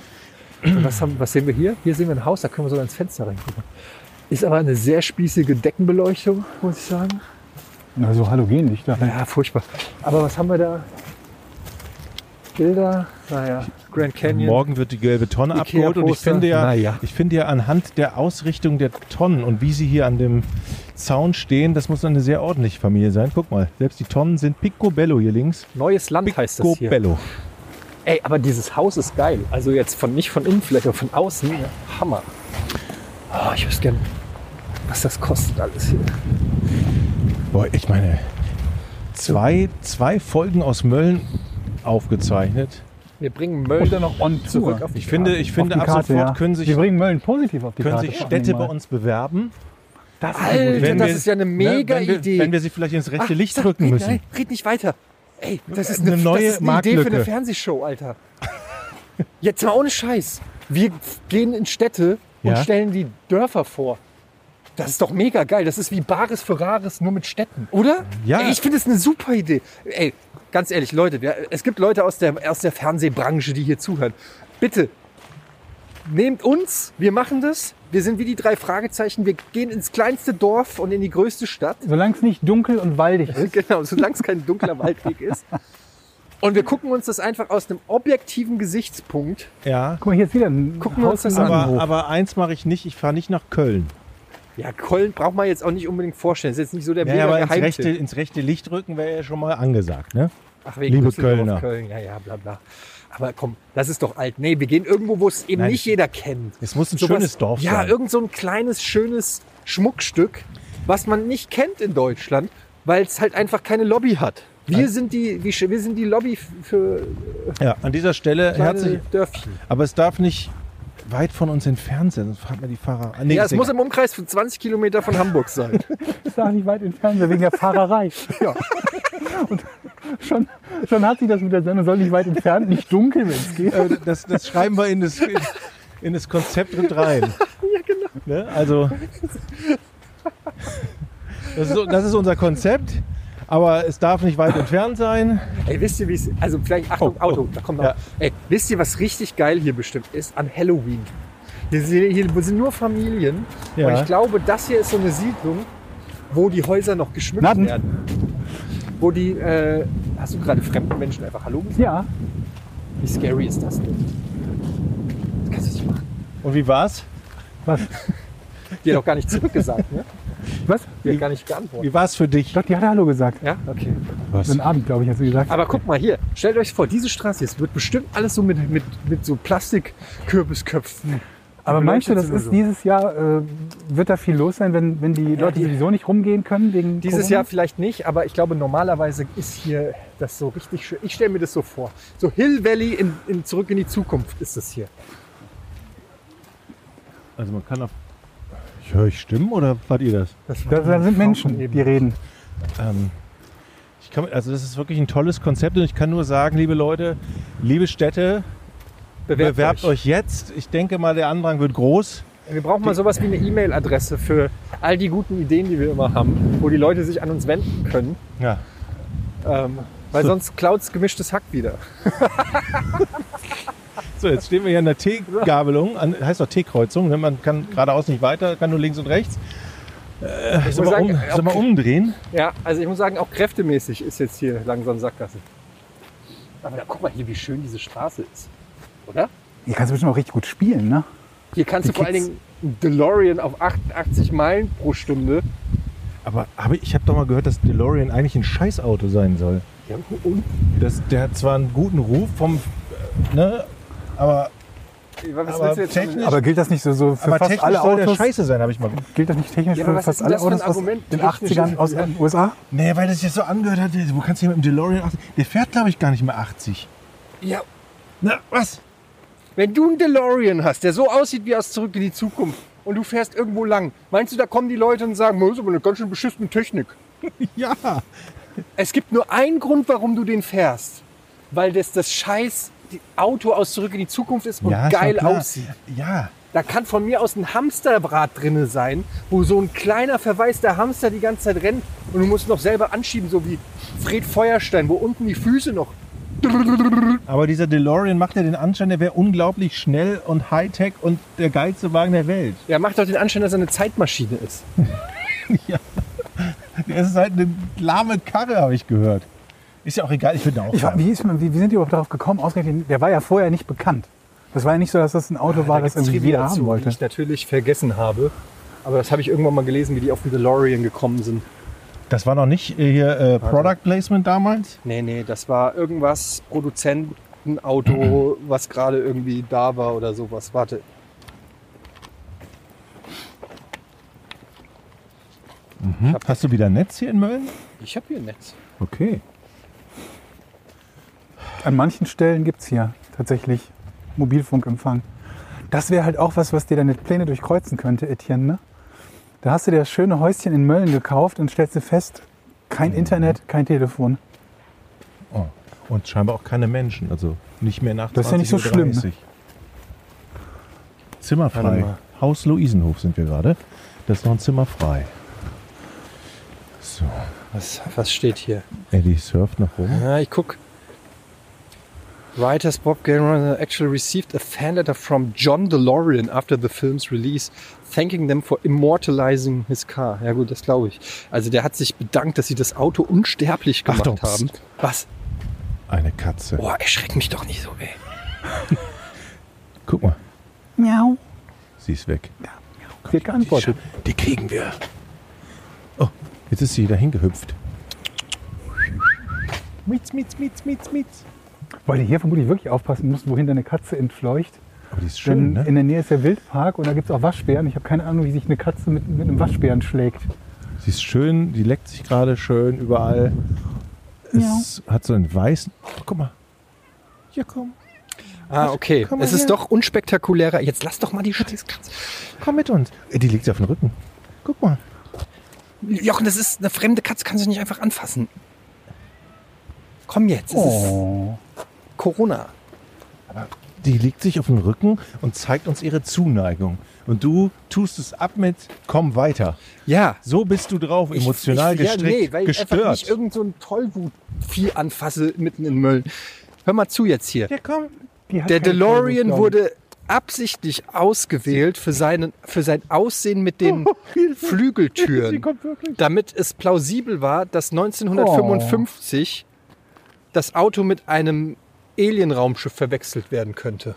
Und Was, haben, was sehen wir hier? Hier sehen wir ein Haus, da können wir sogar ins Fenster reingucken. Ist aber eine sehr spießige Deckenbeleuchtung, muss ich sagen. Na, so Halogenlichter. Ja, furchtbar. Aber was haben wir da? Bilder? Naja, Grand Canyon. Morgen wird die gelbe Tonne Ikea abgeholt und ich Poster. finde, ja, Naja. ich finde ja anhand der Ausrichtung der Tonnen und wie sie hier an dem Zaun stehen, das muss eine sehr ordentliche Familie sein. Guck mal, selbst die Tonnen sind picobello hier links. Neues Land heißt das hier. Picobello. Ey, aber dieses Haus ist geil. Also jetzt von nicht von innen vielleicht, aber von außen. Hammer. Oh, ich wüsste gern, was das kostet alles hier. Boah, ich meine, zwei, zwei Folgen aus Mölln aufgezeichnet. Wir bringen Mölln noch on zurück Tour. auf die Ich finde, ich finde ab sofort können sich, wir bringen Mölln positiv auf die können Karte. sich vor allem Städte bei mal. uns bewerben, Das ist eine gute Alter, Wenn Idee. das wir- ist ja eine mega ne, wenn, wir, Idee. wenn wir sie vielleicht ins rechte Licht rücken red, müssen. Nein, red nicht weiter. Ey, das ist Eine eine, neue das ist eine Idee für eine Marktlücke. Fernsehshow, Alter. Jetzt mal ohne Scheiß. Wir gehen in Städte und Ja. stellen die Dörfer vor. Das ist doch mega geil. Das ist wie Bares für Rares, nur mit Städten, oder? Ja. Ey, ich finde es eine super Idee. Ey, ganz ehrlich, Leute, wir, es gibt Leute aus der, aus der Fernsehbranche, die hier zuhören. Bitte, nehmt uns, wir machen das. Wir sind wie die drei Fragezeichen. Wir gehen ins kleinste Dorf und in die größte Stadt. Solange es nicht dunkel und waldig [laughs] ist. Genau, solange es kein dunkler Waldweg ist. Und wir gucken uns das einfach aus einem objektiven Gesichtspunkt. Ja. Guck mal, hier ist wieder ein Gucken wir uns das im an. Hof. Aber, aber eins mache ich nicht, ich fahre nicht nach Köln. Ja, Köln braucht man jetzt auch nicht unbedingt vorstellen. Ist jetzt nicht so der Ja, mega aber ins Geheimtipp. rechte, ins rechte Licht rücken wäre ja schon mal angesagt, ne? Ach, wegen Liebe Düsseldorf, Kölner. Köln, ja, ja, bla, bla. Aber komm, das ist doch alt. Nee, wir gehen irgendwo, wo es eben Nein. nicht jeder kennt. Es muss ein Sowas- schönes Dorf Ja, sein. irgend so ein kleines, schönes Schmuckstück, was man nicht kennt in Deutschland, weil es halt einfach keine Lobby hat. Wir sind die, wir wir sind die Lobby für Ja, an dieser Stelle kleine herzlich. Dörfchen. Aber es darf nicht weit von uns entfernt sein, sonst fragt man die Fahrer. Ah, Nee, Ja, ist es muss egal. im Umkreis von 20 Kilometer von Hamburg sein. Das ist auch nicht weit entfernt, wegen der [laughs] Fahrerei. Ja. Und schon, schon hat sie das mit der Sendung, soll nicht weit entfernt, nicht dunkel, wenn es geht. Äh, das, das schreiben wir in das, in, in das Konzept mit rein. [laughs] ja, genau. Ne? Also, das ist, so- das ist unser Konzept, aber es darf nicht weit entfernt sein. [laughs] Ey, wisst ihr, wie es. Also, vielleicht, Achtung, Auto, da kommt noch. Ja. Ey, wisst ihr, was richtig geil hier bestimmt ist? An Halloween. Hier sind, hier sind nur Familien. Ja. Und ich glaube, das hier ist so eine Siedlung, wo die Häuser noch geschmückt Natten. werden. Wo die. Äh, hast du gerade fremden Menschen einfach Hallo gesagt? Ja, Wie scary ist das denn? Das kannst du nicht machen. Und wie war's? was? Die hat auch gar nicht zurückgesagt, ne? Was? Die hat gar nicht geantwortet. Wie war's für dich? Doch, die hat Hallo gesagt. Ja, okay. So einen Abend, glaube ich, hat sie gesagt. Aber guck mal hier, stellt euch vor, diese Straße jetzt wird bestimmt alles so mit, mit, mit so Plastikkürbisköpfen. Aber meinst du, das beleuchtet ist oder so. dieses Jahr, äh, wird da viel los sein, wenn, wenn die Leute die- sowieso nicht rumgehen können wegen Dieses Corona? Jahr vielleicht nicht, aber ich glaube, normalerweise ist hier das so richtig schön. Ich stelle mir das so vor. So Hill Valley in, in Zurück in die Zukunft ist das hier. Also man kann auf. Ich höre ich Stimmen oder wart ihr das? Da, da sind Menschen, die reden. Ähm, ich kann, also das ist wirklich ein tolles Konzept und ich kann nur sagen, liebe Leute, liebe Städte, bewerbt, euch. jetzt. Ich denke mal, der Andrang wird groß. Wir brauchen mal sowas wie eine E-Mail-Adresse für all die guten Ideen, die wir immer haben, wo die Leute sich an uns wenden können. Ja. Ähm, weil So. sonst klaut's gemischtes Hack wieder. So, jetzt stehen wir hier an der T-Gabelung, an, heißt doch T-Kreuzung. Ne? Man kann geradeaus nicht weiter, kann nur links und rechts. Äh, soll muss man, um, sagen, soll man umdrehen? Ja, also ich muss sagen, auch kräftemäßig ist jetzt hier langsam Sackgasse. Aber da, guck mal hier, wie schön diese Straße ist. Oder? Hier kannst du bestimmt auch richtig gut spielen, ne? Hier kannst Die du vor allen Kids. Dingen einen DeLorean auf 88 Meilen pro Stunde. Aber, aber ich habe doch mal gehört, dass DeLorean eigentlich ein Scheißauto sein soll. Ja, und? Das, der hat zwar einen guten Ruf vom, äh, ne, aber, Was aber willst du jetzt technisch, Aber gilt das nicht so, so für aber fast technisch alle soll der Autos? Scheiße sein, habe ich mal. Gilt das nicht technisch Ja, aber was für ist fast denn alle das für ein Autos aus den Argument? Technisch 80ern aus ist- den USA? Nee, weil das jetzt so angehört hat, wo kannst du hier mit dem DeLorean 80? Der fährt, glaube ich, gar nicht mehr 80. Ja, Na, was? [laughs] wenn du einen DeLorean hast, der so aussieht wie aus Zurück in die Zukunft und du fährst irgendwo lang, meinst du, da kommen die Leute und sagen, das ist aber eine ganz schön beschissene Technik. Ja. Es gibt nur einen Grund, warum du den fährst. Weil das das scheiß Auto aus Zurück in die Zukunft ist und ja, ist geil doch klar. aussieht. Ja. Da kann von mir aus ein Hamsterrad drinne sein, wo so ein kleiner verwaister Hamster die ganze Zeit rennt und du musst noch selber anschieben, so wie Fred Feuerstein, wo unten die Füße noch. Aber dieser DeLorean macht ja den Anschein, der wäre unglaublich schnell und Hightech und der geilste Wagen der Welt. Ja, macht doch den Anschein, dass er eine Zeitmaschine ist. Es ist halt eine lahme Karre, habe ich gehört. Ist ja auch egal, ich würde ihn auch Ich, frag- fahren. wie, ist man, wie, wie sind die überhaupt darauf gekommen? Ausgerechnet, der war ja vorher nicht bekannt. Das war ja nicht so, dass das ein Auto war, das irgendwie jeder haben die wollte. ich natürlich vergessen habe. Aber das habe ich irgendwann mal gelesen, wie die auf den DeLorean gekommen sind. Das war noch nicht äh, hier äh, Product Placement damals. Nee, nee, das war irgendwas Produzentenauto, [clears throat] was gerade irgendwie da war oder sowas. Warte. Hast du wieder Netz hier in Mölln? Ich habe hier ein Netz. Okay. An manchen Stellen gibt's hier tatsächlich Mobilfunkempfang. Das wäre halt auch was, was dir deine Pläne durchkreuzen könnte, Etienne. Ne? Da hast du dir das schöne Häuschen in Mölln gekauft und stellst dir fest, kein Internet, kein Telefon. Oh. Und scheinbar auch keine Menschen, also nicht mehr nach Das ist ja nicht so 20:30. schlimm, Zimmer frei. Haus Luisenhof sind wir gerade. Das ist noch ein Zimmer frei. So, Was, was steht hier? Eddie surft nach oben. Ja, ich guck. Writers Bob Gilmore actually received a fan letter from John DeLorean after the film's release, thanking them for immortalizing his car. Ja gut, das glaube ich. Also der hat sich bedankt, dass sie das Auto unsterblich gemacht Achtung, psst. haben. Was? Eine Katze. Boah, erschreck mich doch nicht so, ey. Guck mal, Miau. sie ist weg. Wird geantwortet. Die kriegen wir. Oh, jetzt ist sie dahin gehüpft. Mietz, mietz, mietz, mietz, mietz. Weil die hier vermutlich wirklich aufpassen mussten, wohin deine Katze entfleucht. Aber die ist Denn schön, ne? in der Nähe ist der Wildpark und da gibt es auch Waschbären. Ich habe keine Ahnung, wie sich eine Katze mit, mit einem Waschbären schlägt. Sie ist schön, die leckt sich gerade schön überall. Es hat so einen weißen. Oh, guck mal. Ja, komm. Ah, okay. Komm mal Es ist her. doch unspektakulärer. Jetzt lass doch mal die Scheißkatze. Komm mit uns. Äh, Die liegt auf dem Rücken. Guck mal. Jochen, das ist eine fremde Katze, kannst du nicht einfach anfassen. Komm jetzt, es Oh. ist Corona. Die liegt sich auf den Rücken und zeigt uns ihre Zuneigung. Und du tust es ab mit, komm weiter. Ja. So bist du drauf, emotional ich, ich, gestrickt, Ja, nee, weil ich einfach gestört. nicht irgend so ein Tollwutvieh anfasse mitten in Mölln. Hör mal zu jetzt hier. ja, komm. Die hat Der keine DeLorean Ahnung, wurde absichtlich ausgewählt für, seinen, für sein Aussehen mit [laughs] den Oh, Flügeltüren, damit es plausibel war, dass 1955 das Auto mit einem Alien-Raumschiff verwechselt werden könnte.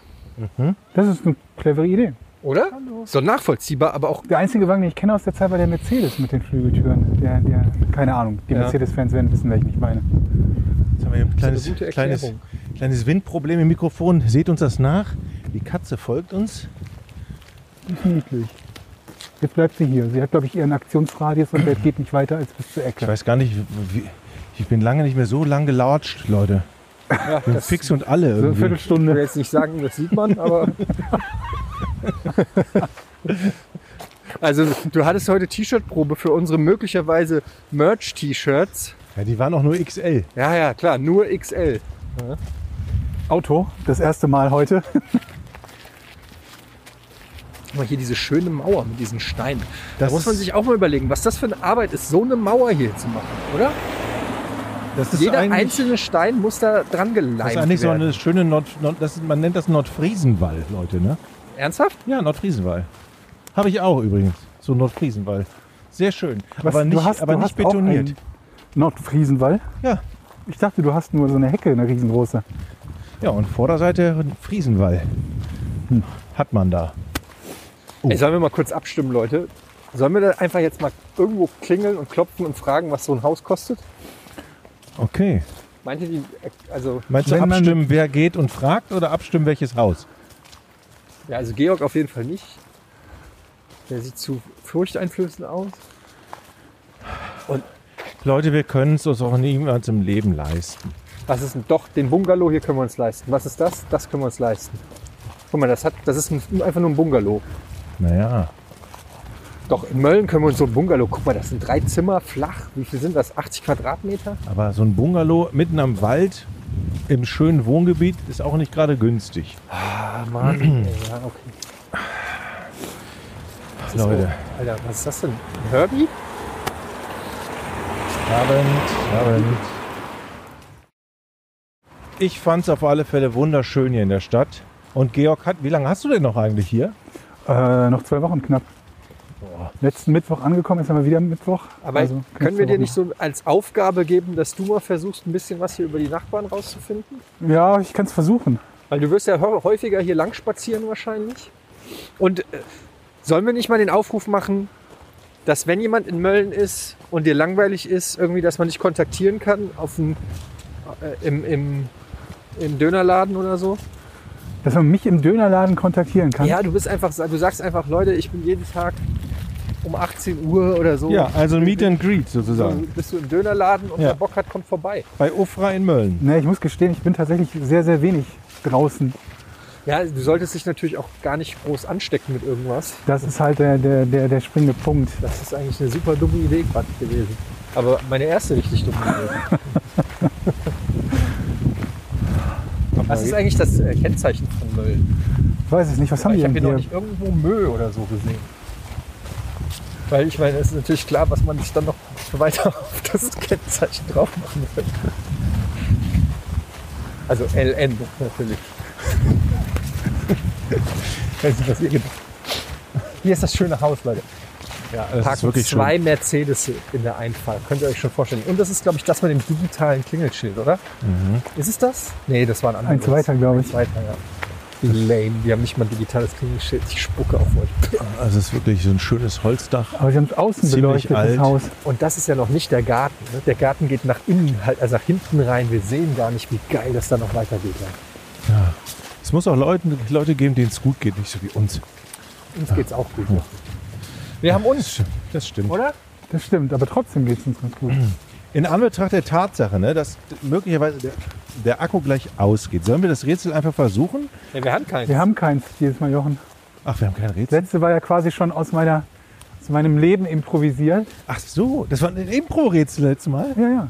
Das ist eine clevere Idee. Oder? So nachvollziehbar, aber auch Der einzige Wagen, den ich kenne aus der Zeit, war der Mercedes mit den Flügeltüren. Der, der, keine Ahnung. Die Mercedes-Fans werden wissen, welchen ich meine. Jetzt haben wir hier ein eine kleines, gute Erklärung. kleines, kleines Windproblem im Mikrofon. Seht uns das nach. Die Katze folgt uns. Niedlich. Jetzt bleibt sie hier. Sie hat, glaube ich, ihren Aktionsradius [clears throat] und der geht nicht weiter als bis zur Ich Ecke. weiß gar nicht, wie, ich bin lange nicht mehr so lang gelatscht, Leute. Ich bin fix und alle So eine irgendwie. Ich will Viertelstunde. jetzt nicht sagen, das sieht man, aber. [laughs] also, du hattest heute T-Shirt-Probe für unsere möglicherweise Merch-T-Shirts. Ja, die waren auch nur XL. Ja, ja, klar, nur XL. Auto, das erste Mal heute. [laughs] Guck mal hier diese schöne Mauer mit diesen Steinen. Das da muss man ist- sich auch mal überlegen, was das für eine Arbeit ist, so eine Mauer hier zu machen, oder? Das ist Jeder eigentlich, einzelne Stein muss da dran geleimt das ist eigentlich so werden. eine schöne Nord, Nord das ist, man nennt das Nordfriesenwall, Leute, ne? Ernsthaft? Ja, Nordfriesenwall. Habe ich auch übrigens. So Nordfriesenwall. Sehr schön. aber nicht, aber nicht auch betoniert. einen Nordfriesenwall? Ja. Ich dachte, du hast nur so eine Hecke, eine riesengroße. Ja, und Vorderseite Friesenwall. Hm, Hat man da. Ey, sollen wir mal kurz abstimmen, Leute? Sollen wir da einfach jetzt mal irgendwo klingeln und klopfen und fragen, was so ein Haus kostet? Okay. Meint ihr, die, also Meinst du Wenn man- abstimmen, wer geht und fragt oder abstimmen, welches Haus? Ja, also Georg auf jeden Fall nicht. Der sieht zu furchteinflößend aus. Leute, wir können es uns auch niemals im Leben leisten. Was ist denn doch? Den Bungalow hier können wir uns leisten. Was ist das? Das können wir uns leisten. Guck mal, das, hat, das ist ein, einfach nur ein Bungalow. Naja, Doch, in Mölln können wir uns so ein Bungalow. Guck mal, das sind drei Zimmer flach. Wie viel sind das? 80 Quadratmeter? aber so ein Bungalow mitten am Wald im schönen Wohngebiet ist auch nicht gerade günstig. Ah, Mann. ey, ja, okay. Das ist Leute. auch- Alter, was ist das denn? Ein Herbie? Abend, Abend. Ich fand es auf alle Fälle wunderschön hier in der Stadt. Und Georg hat, wie lange hast du denn noch eigentlich hier? Äh, noch zwei Wochen knapp. Letzten Mittwoch angekommen, jetzt haben wir wieder Mittwoch. Aber Also, knapp können wir zwei dir Wochen. nicht so als Aufgabe geben, dass du mal versuchst, ein bisschen was hier über die Nachbarn rauszufinden? Ja, ich kann es versuchen. Weil du wirst ja hö- häufiger hier lang spazieren wahrscheinlich. Und äh, sollen wir nicht mal den Aufruf machen, dass wenn jemand in Mölln ist und dir langweilig ist, irgendwie, dass man dich kontaktieren kann auf dem, äh, im, im, im Dönerladen oder so? Dass man mich im Dönerladen kontaktieren Hm? kann. Ja, du bist einfach, du sagst einfach, Leute, ich bin jeden Tag um 18 Uhr oder so. Ja, also Meet and Greet so sozusagen. bist du im Dönerladen und Ja. wer Bock hat, kommt vorbei. Bei Ofra in Mölln. Nee, Ne, ich muss gestehen, ich bin tatsächlich sehr, sehr wenig draußen. Ja, du solltest dich natürlich auch gar nicht groß anstecken mit irgendwas. Das ist halt der, der, der, der springende Punkt. Das ist eigentlich eine super dumme Idee gerade gewesen. Aber meine erste richtig dumme Idee. Was ist eigentlich das äh, Kennzeichen von Müll? weiß es nicht. Was haben ich die habe denn hier noch hier? nicht irgendwo Müll oder so gesehen. Weil ich meine, es ist natürlich klar, was man sich dann noch weiter [laughs] auf das Kennzeichen drauf machen will. Also LN natürlich. Ich weiß nicht, was ihr gedacht habt. Hier ist das schöne Haus, Leute. Ja, ist Parken wirklich schön. zwei Mercedes in der Einfahrt. Könnt ihr euch schon vorstellen. Und das ist, glaube ich, das mit dem digitalen Klingelschild, oder? Ist es das? Nee, das war ein anderes. Eins weiter, glaube ich. Zweiter, ja. Die Lame, die haben nicht mal ein digitales Klingelschild. Ich spucke auf euch. Also es ist wirklich so ein schönes Holzdach. Aber sie haben es außen Ziemlich beleuchtet, das alt. Haus. Und das ist ja noch nicht der Garten. Ne? Der Garten geht nach innen, halt, also nach hinten rein. Wir sehen gar nicht, wie geil das da noch weitergeht. Ja. Es muss auch Leuten, Leute geben, denen es gut geht, nicht so wie uns. Uns geht's auch gut. Ja. Wir haben uns, Das stimmt. oder? Das stimmt, aber trotzdem geht es uns ganz gut. In Anbetracht der Tatsache, ne, dass möglicherweise der, der Akku gleich ausgeht, sollen wir das Rätsel einfach versuchen? Ja, wir haben keinen. Wir haben keins jedes Mal, Jochen. Ach, wir haben kein Rätsel. Das letzte war ja quasi schon aus, meiner, aus meinem Leben improvisiert. Ach so, das war ein Impro-Rätsel letztes Mal. Ja, ja.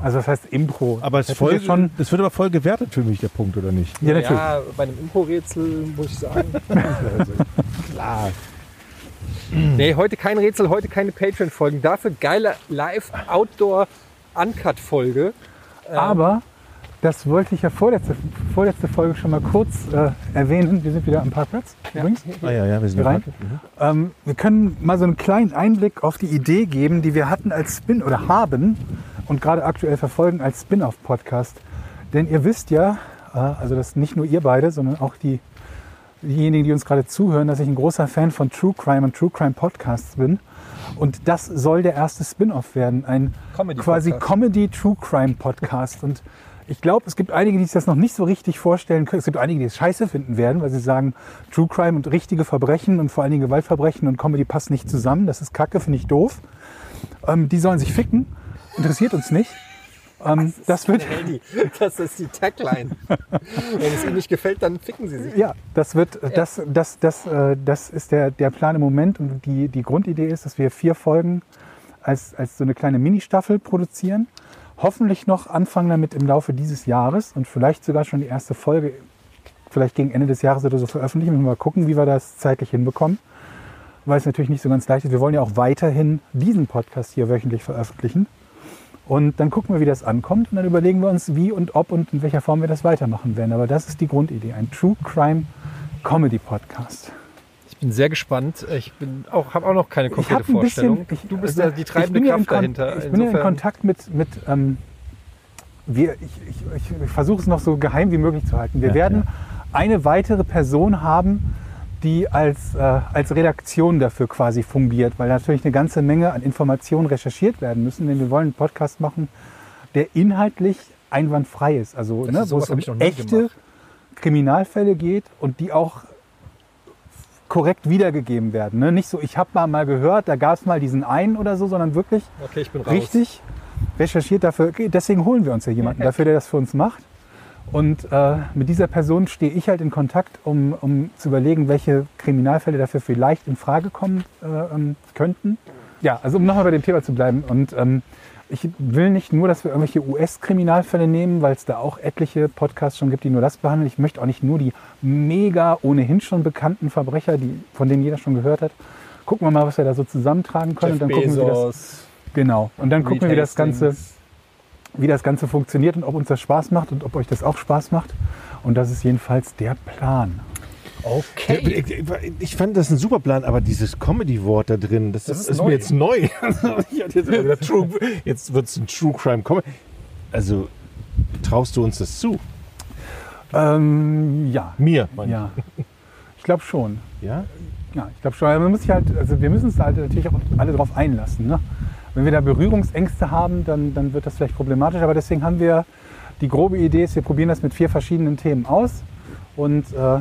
Also das heißt Impro. Aber es Hätten voll, wir schon. das wird aber voll gewertet für mich, der Punkt, oder nicht? Ja, natürlich. Ja, bei einem Info-Rätsel muss ich [laughs] sagen. Klar. Nee, heute kein Rätsel, heute keine Patreon-Folgen. Dafür geile Live-Outdoor-Uncut-Folge. ähm. Aber das wollte ich ja vorletzte, vorletzte Folge schon mal kurz äh, erwähnen. Wir sind wieder am Parkplatz. Übrigens. Ah ja, ja, wir sind Mhm. Hier rein. Ähm, wir können mal so einen kleinen Einblick auf die Idee geben, die wir hatten als Spin oder haben und gerade aktuell verfolgen als Spin-off-Podcast. Denn ihr wisst ja, äh, also dass nicht nur ihr beide, sondern auch die, diejenigen, die uns gerade zuhören, dass ich ein großer Fan von True Crime und True Crime Podcasts bin. Und das soll der erste Spin-off werden, ein quasi Comedy True Crime Podcast. Und ich glaube, es gibt einige, die sich das noch nicht so richtig vorstellen können. Es gibt einige, die es scheiße finden werden, weil sie sagen, True Crime und richtige Verbrechen und vor allen Dingen Gewaltverbrechen und Comedy passt nicht zusammen. Das ist Kacke, finde ich doof. Ähm, die sollen sich ficken. Interessiert uns nicht. Ähm, das wird, Handy. Das ist die Tagline. Wenn es ihnen nicht gefällt, dann ficken sie sich. Ja, das wird, das, das, das, äh, das ist der, der Plan im Moment und die, die Grundidee ist, dass wir vier Folgen als, als so eine kleine Mini-Staffel produzieren. Hoffentlich noch anfangen damit im Laufe dieses Jahres und vielleicht sogar schon die erste Folge, vielleicht gegen Ende des Jahres oder so veröffentlichen. Müssen wir mal gucken, wie wir das zeitlich hinbekommen. Weil es natürlich nicht so ganz leicht ist. Wir wollen ja auch weiterhin diesen Podcast hier wöchentlich veröffentlichen. Und dann gucken wir, wie das ankommt und dann überlegen wir uns, wie und ob und in welcher Form wir das weitermachen werden. Aber das ist die Grundidee, ein True Crime Comedy Podcast. Ich bin sehr gespannt. Ich bin auch, habe auch noch keine Ich habe konkrete ein bisschen, Vorstellung. ich, du bist also, da die ich treibende bin ja in Kraft Kon- dahinter. Ich bin ja in Insofern- Kontakt mit, mit ähm, wir, ich, ich, ich, ich versuche es noch so geheim wie möglich zu halten. Wir werden eine weitere Person haben, die als, äh, als Redaktion dafür quasi fungiert, weil natürlich eine ganze Menge an Informationen recherchiert werden müssen, denn wir wollen einen Podcast machen, der inhaltlich einwandfrei ist. Also Das ne, ist- wo sowas es um hab ich noch nie echte gemacht. Kriminalfälle geht und die auch korrekt wiedergegeben werden. Ne? Nicht so, ich habe mal, mal gehört, da gab es mal diesen einen oder so, sondern wirklich Okay, ich bin raus. richtig recherchiert dafür. Okay, Deswegen holen wir uns ja jemanden dafür, der das für uns macht. Und äh, mit dieser Person stehe ich halt in Kontakt, um, um zu überlegen, welche Kriminalfälle dafür vielleicht in Frage kommen äh, ähm, könnten. Ja, also um nochmal bei dem Thema zu bleiben. Und ähm, ich will nicht nur, dass wir irgendwelche US-Kriminalfälle nehmen, weil es da auch etliche Podcasts schon gibt, die nur das behandeln. Ich möchte auch nicht nur die mega ohnehin schon bekannten Verbrecher, die, von denen jeder schon gehört hat. Gucken wir mal, was wir da so zusammentragen können. und dann gucken wir, wie das, Genau. Und dann gucken wir, wie das Ganze, wie das Ganze funktioniert und ob uns das Spaß macht und ob euch das auch Spaß macht. Und das ist jedenfalls der Plan. Okay. Ich, ich fand das ein super Plan, aber dieses Comedy-Wort da drin, das, ist, ist neu. mir jetzt neu. [laughs] Ich hatte jetzt immer gedacht, True, jetzt wird es ein True Crime Comedy. Also traust du uns das zu? Ähm, ja. Mir, meine Ja. Ich glaube schon. ich. ja? Ja, ich glaube schon. Aber Man muss sich halt, also wir müssen uns da halt natürlich auch alle drauf einlassen. Ne? Wenn wir da Berührungsängste haben, dann, dann wird das vielleicht problematisch. Aber deswegen haben wir die grobe Idee, ist, wir probieren das mit vier verschiedenen Themen aus. Und äh,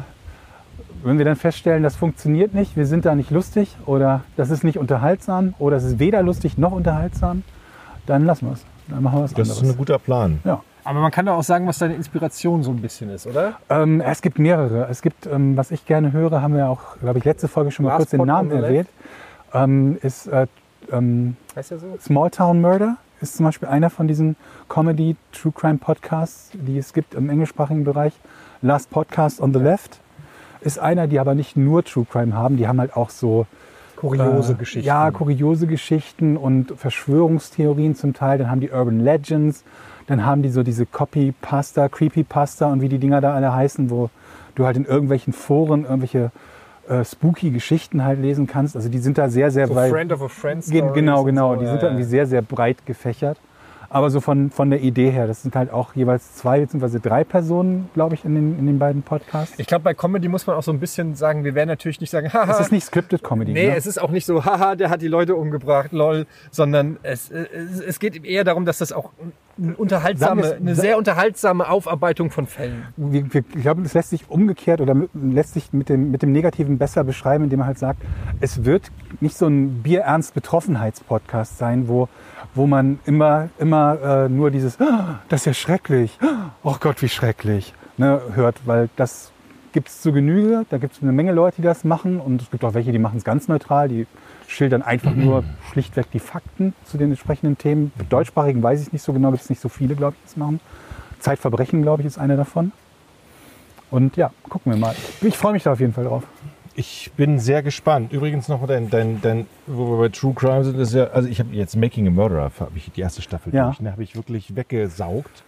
wenn wir dann feststellen, das funktioniert nicht, wir sind da nicht lustig oder das ist nicht unterhaltsam oder es ist weder lustig noch unterhaltsam, dann lassen wir es. Dann machen wir was Das ist ein anderes. guter Plan. Ja. Aber man kann doch auch sagen, was deine Inspiration so ein bisschen ist, oder? Ähm, es gibt mehrere. Es gibt, ähm, was ich gerne höre, haben wir auch, glaube ich, letzte Folge schon mal Last kurz den Pod Namen on the erwähnt. Ähm, ist äh, ähm, Heißt ja so. Small Town Murder ist zum Beispiel einer von diesen Comedy True Crime Podcasts, die es gibt im englischsprachigen Bereich. Last Podcast on the Left. ist einer, die aber nicht nur True Crime haben, die haben halt auch so Kuriose äh, Geschichten. Ja, kuriose Geschichten und Verschwörungstheorien zum Teil. Dann haben die Urban Legends. Dann haben die so diese Copy-Pasta, Creepy-Pasta und wie die Dinger da alle heißen, wo du halt in irgendwelchen Foren irgendwelche äh, spooky Geschichten halt lesen kannst. Also die sind da sehr, sehr so weit. Friend of a Friend Ge- Stories Genau, und genau. so. Die sind ja, da irgendwie sehr, sehr breit gefächert. Aber so von, von der Idee her, das sind halt auch jeweils zwei bzw. drei Personen, glaube ich, in den, in den beiden Podcasts. Ich glaube, bei Comedy muss man auch so ein bisschen sagen, wir werden natürlich nicht sagen, [laughs] haha. es ist nicht Scripted Comedy. Nee, ne? es ist auch nicht so, [laughs] haha, der hat die Leute umgebracht, lol, sondern es, äh, es, es geht eher darum, dass das auch eine Sagen unterhaltsame, wir's- eine sehr unterhaltsame Aufarbeitung von Fällen. wir, wir, ich glaube, es lässt sich umgekehrt oder mit, lässt sich mit dem, mit dem Negativen besser beschreiben, indem man halt sagt, es wird nicht so ein Bierernst-Betroffenheits-Podcast sein, wo, wo man immer, immer äh, nur dieses, "Ah, das ist ja schrecklich, Ah, oh Gott, wie schrecklich, ne, hört, weil das gibt es zu Genüge, da gibt es eine Menge Leute, die das machen und es gibt auch welche, die machen es ganz neutral, die schildern einfach nur schlichtweg die Fakten zu den entsprechenden Themen. Deutschsprachigen weiß ich nicht so genau, gibt es nicht so viele, glaube ich, die das machen. Zeitverbrechen, glaube ich, ist eine davon. Und ja, gucken wir mal. Ich freue mich da auf jeden Fall drauf. Ich bin sehr gespannt. Übrigens noch dein, dein, dein wo wir bei True Crime sind, ist ja, also ich habe jetzt Making a Murderer, habe ich die erste Staffel Ja. durch, ne, habe ich wirklich weggesaugt.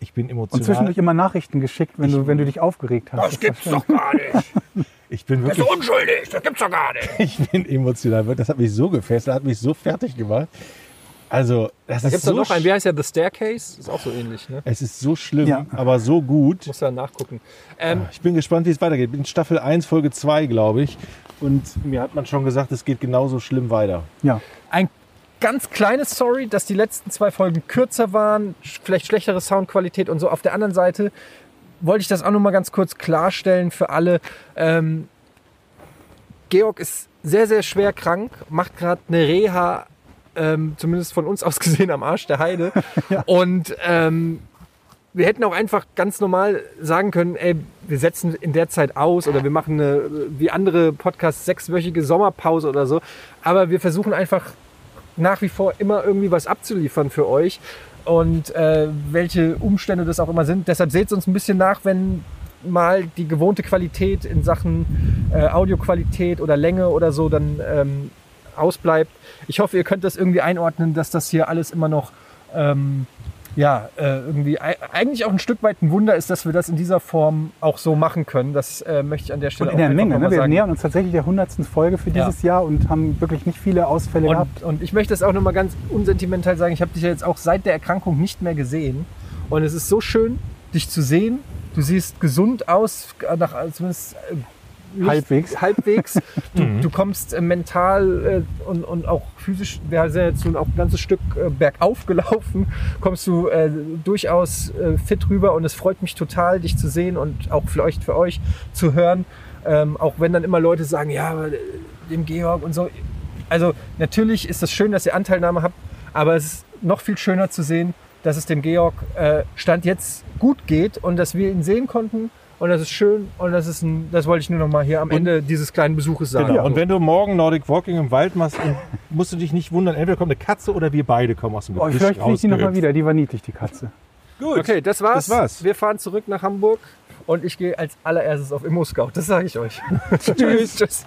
Ich bin Und emotional. zwischendurch immer Nachrichten geschickt, wenn du, wenn du dich aufgeregt hast. Das gibt's doch. [laughs] Ich bin wirklich Also, Unschuldig, das gibt's doch gar nicht. [laughs] ich bin emotional. Das hat mich so gefesselt, hat mich so fertig gemacht. Also, das Da ist gibt es so noch einen, sch- wie heißt der, The Staircase? Ist auch so ähnlich, ne? Es ist so schlimm, Ja. aber so gut. Muss da nachgucken. Ähm, Ich bin gespannt, wie es weitergeht. Bin Staffel 1, Folge 2, glaube ich. Und mir hat man schon gesagt, es geht genauso schlimm weiter. Ja. ein ganz kleines Sorry, dass die letzten zwei Folgen kürzer waren, sch- vielleicht schlechtere Soundqualität und so. Auf der anderen Seite wollte ich das auch noch mal ganz kurz klarstellen für alle. Ähm, Georg ist sehr, sehr schwer krank, macht gerade eine Reha, ähm, zumindest von uns aus [laughs] gesehen, am Arsch der Heide. Und ähm, wir hätten auch einfach ganz normal sagen können, ey, wir setzen in der Zeit aus oder wir machen eine, wie andere Podcasts, sechswöchige Sommerpause oder so. Aber wir versuchen einfach nach wie vor immer irgendwie was abzuliefern für euch. Und äh, welche Umstände das auch immer sind. Deshalb seht uns ein bisschen nach, wenn mal die gewohnte Qualität in Sachen äh, Audioqualität oder Länge oder so dann ähm, ausbleibt. Ich hoffe, ihr könnt das irgendwie einordnen, dass das hier alles immer noch ähm, ja, äh, irgendwie ei- eigentlich auch ein Stück weit ein Wunder ist, dass wir das in dieser Form auch so machen können. Das äh, möchte ich an der Stelle Und auch in der einfach Menge. noch mal Ne? Wir sagen. nähern uns tatsächlich der hundertsten Folge für Ja. dieses Jahr und haben wirklich nicht viele Ausfälle gehabt. Und, und ich möchte das auch nochmal ganz unsentimental sagen. Ich habe dich ja jetzt auch seit der Erkrankung nicht mehr gesehen. Und es ist so schön, dich zu sehen. Du siehst gesund aus, nach, zumindest äh, nicht- [laughs] Halbwegs. halbwegs. Du, du kommst äh, mental äh, und, und auch physisch, wir sind jetzt nun auch ein ganzes Stück äh, bergauf [laughs] gelaufen, kommst du äh, durchaus äh, fit rüber und es freut mich total, dich zu sehen und auch vielleicht für euch zu hören. Ähm, auch wenn dann immer Leute sagen, ja, aber, äh, dem Georg und so. Also natürlich ist es schön, dass ihr Anteilnahme habt, aber es ist noch viel schöner zu sehen, dass es dem Georg äh, Stand jetzt gut geht und dass wir ihn sehen konnten. Und das ist schön und das ist ein, das wollte ich nur noch mal hier am Ende dieses kleinen Besuches sagen. Genau. Und wenn du morgen Nordic Walking im Wald machst, dann musst du dich nicht wundern, entweder kommt eine Katze oder wir beide kommen aus dem Oh, Gebüsch vielleicht finde ich die nochmal rausgehüpft. wieder. Die war niedlich, die Katze. Gut. Okay, das war's. Das war's. Wir fahren zurück nach Hamburg und ich gehe als allererstes auf Immo Scout. Das sage ich [laughs] euch. Tschüss. Tschüss.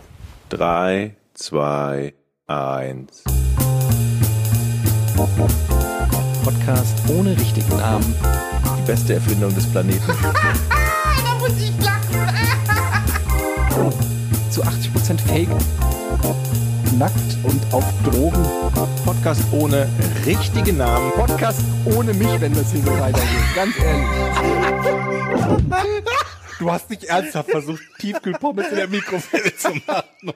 3, 2, 1. Podcast ohne richtigen Namen. Die beste Erfindung des Planeten. da muss ich lachen. Zu 80% Fake. Nackt und auf Drogen. Podcast ohne richtigen Namen. Podcast ohne mich, wenn das hier so weitergeht. Ganz ehrlich. Du hast nicht ernsthaft versucht, Tiefkühlpommes in der Mikrofile zu machen.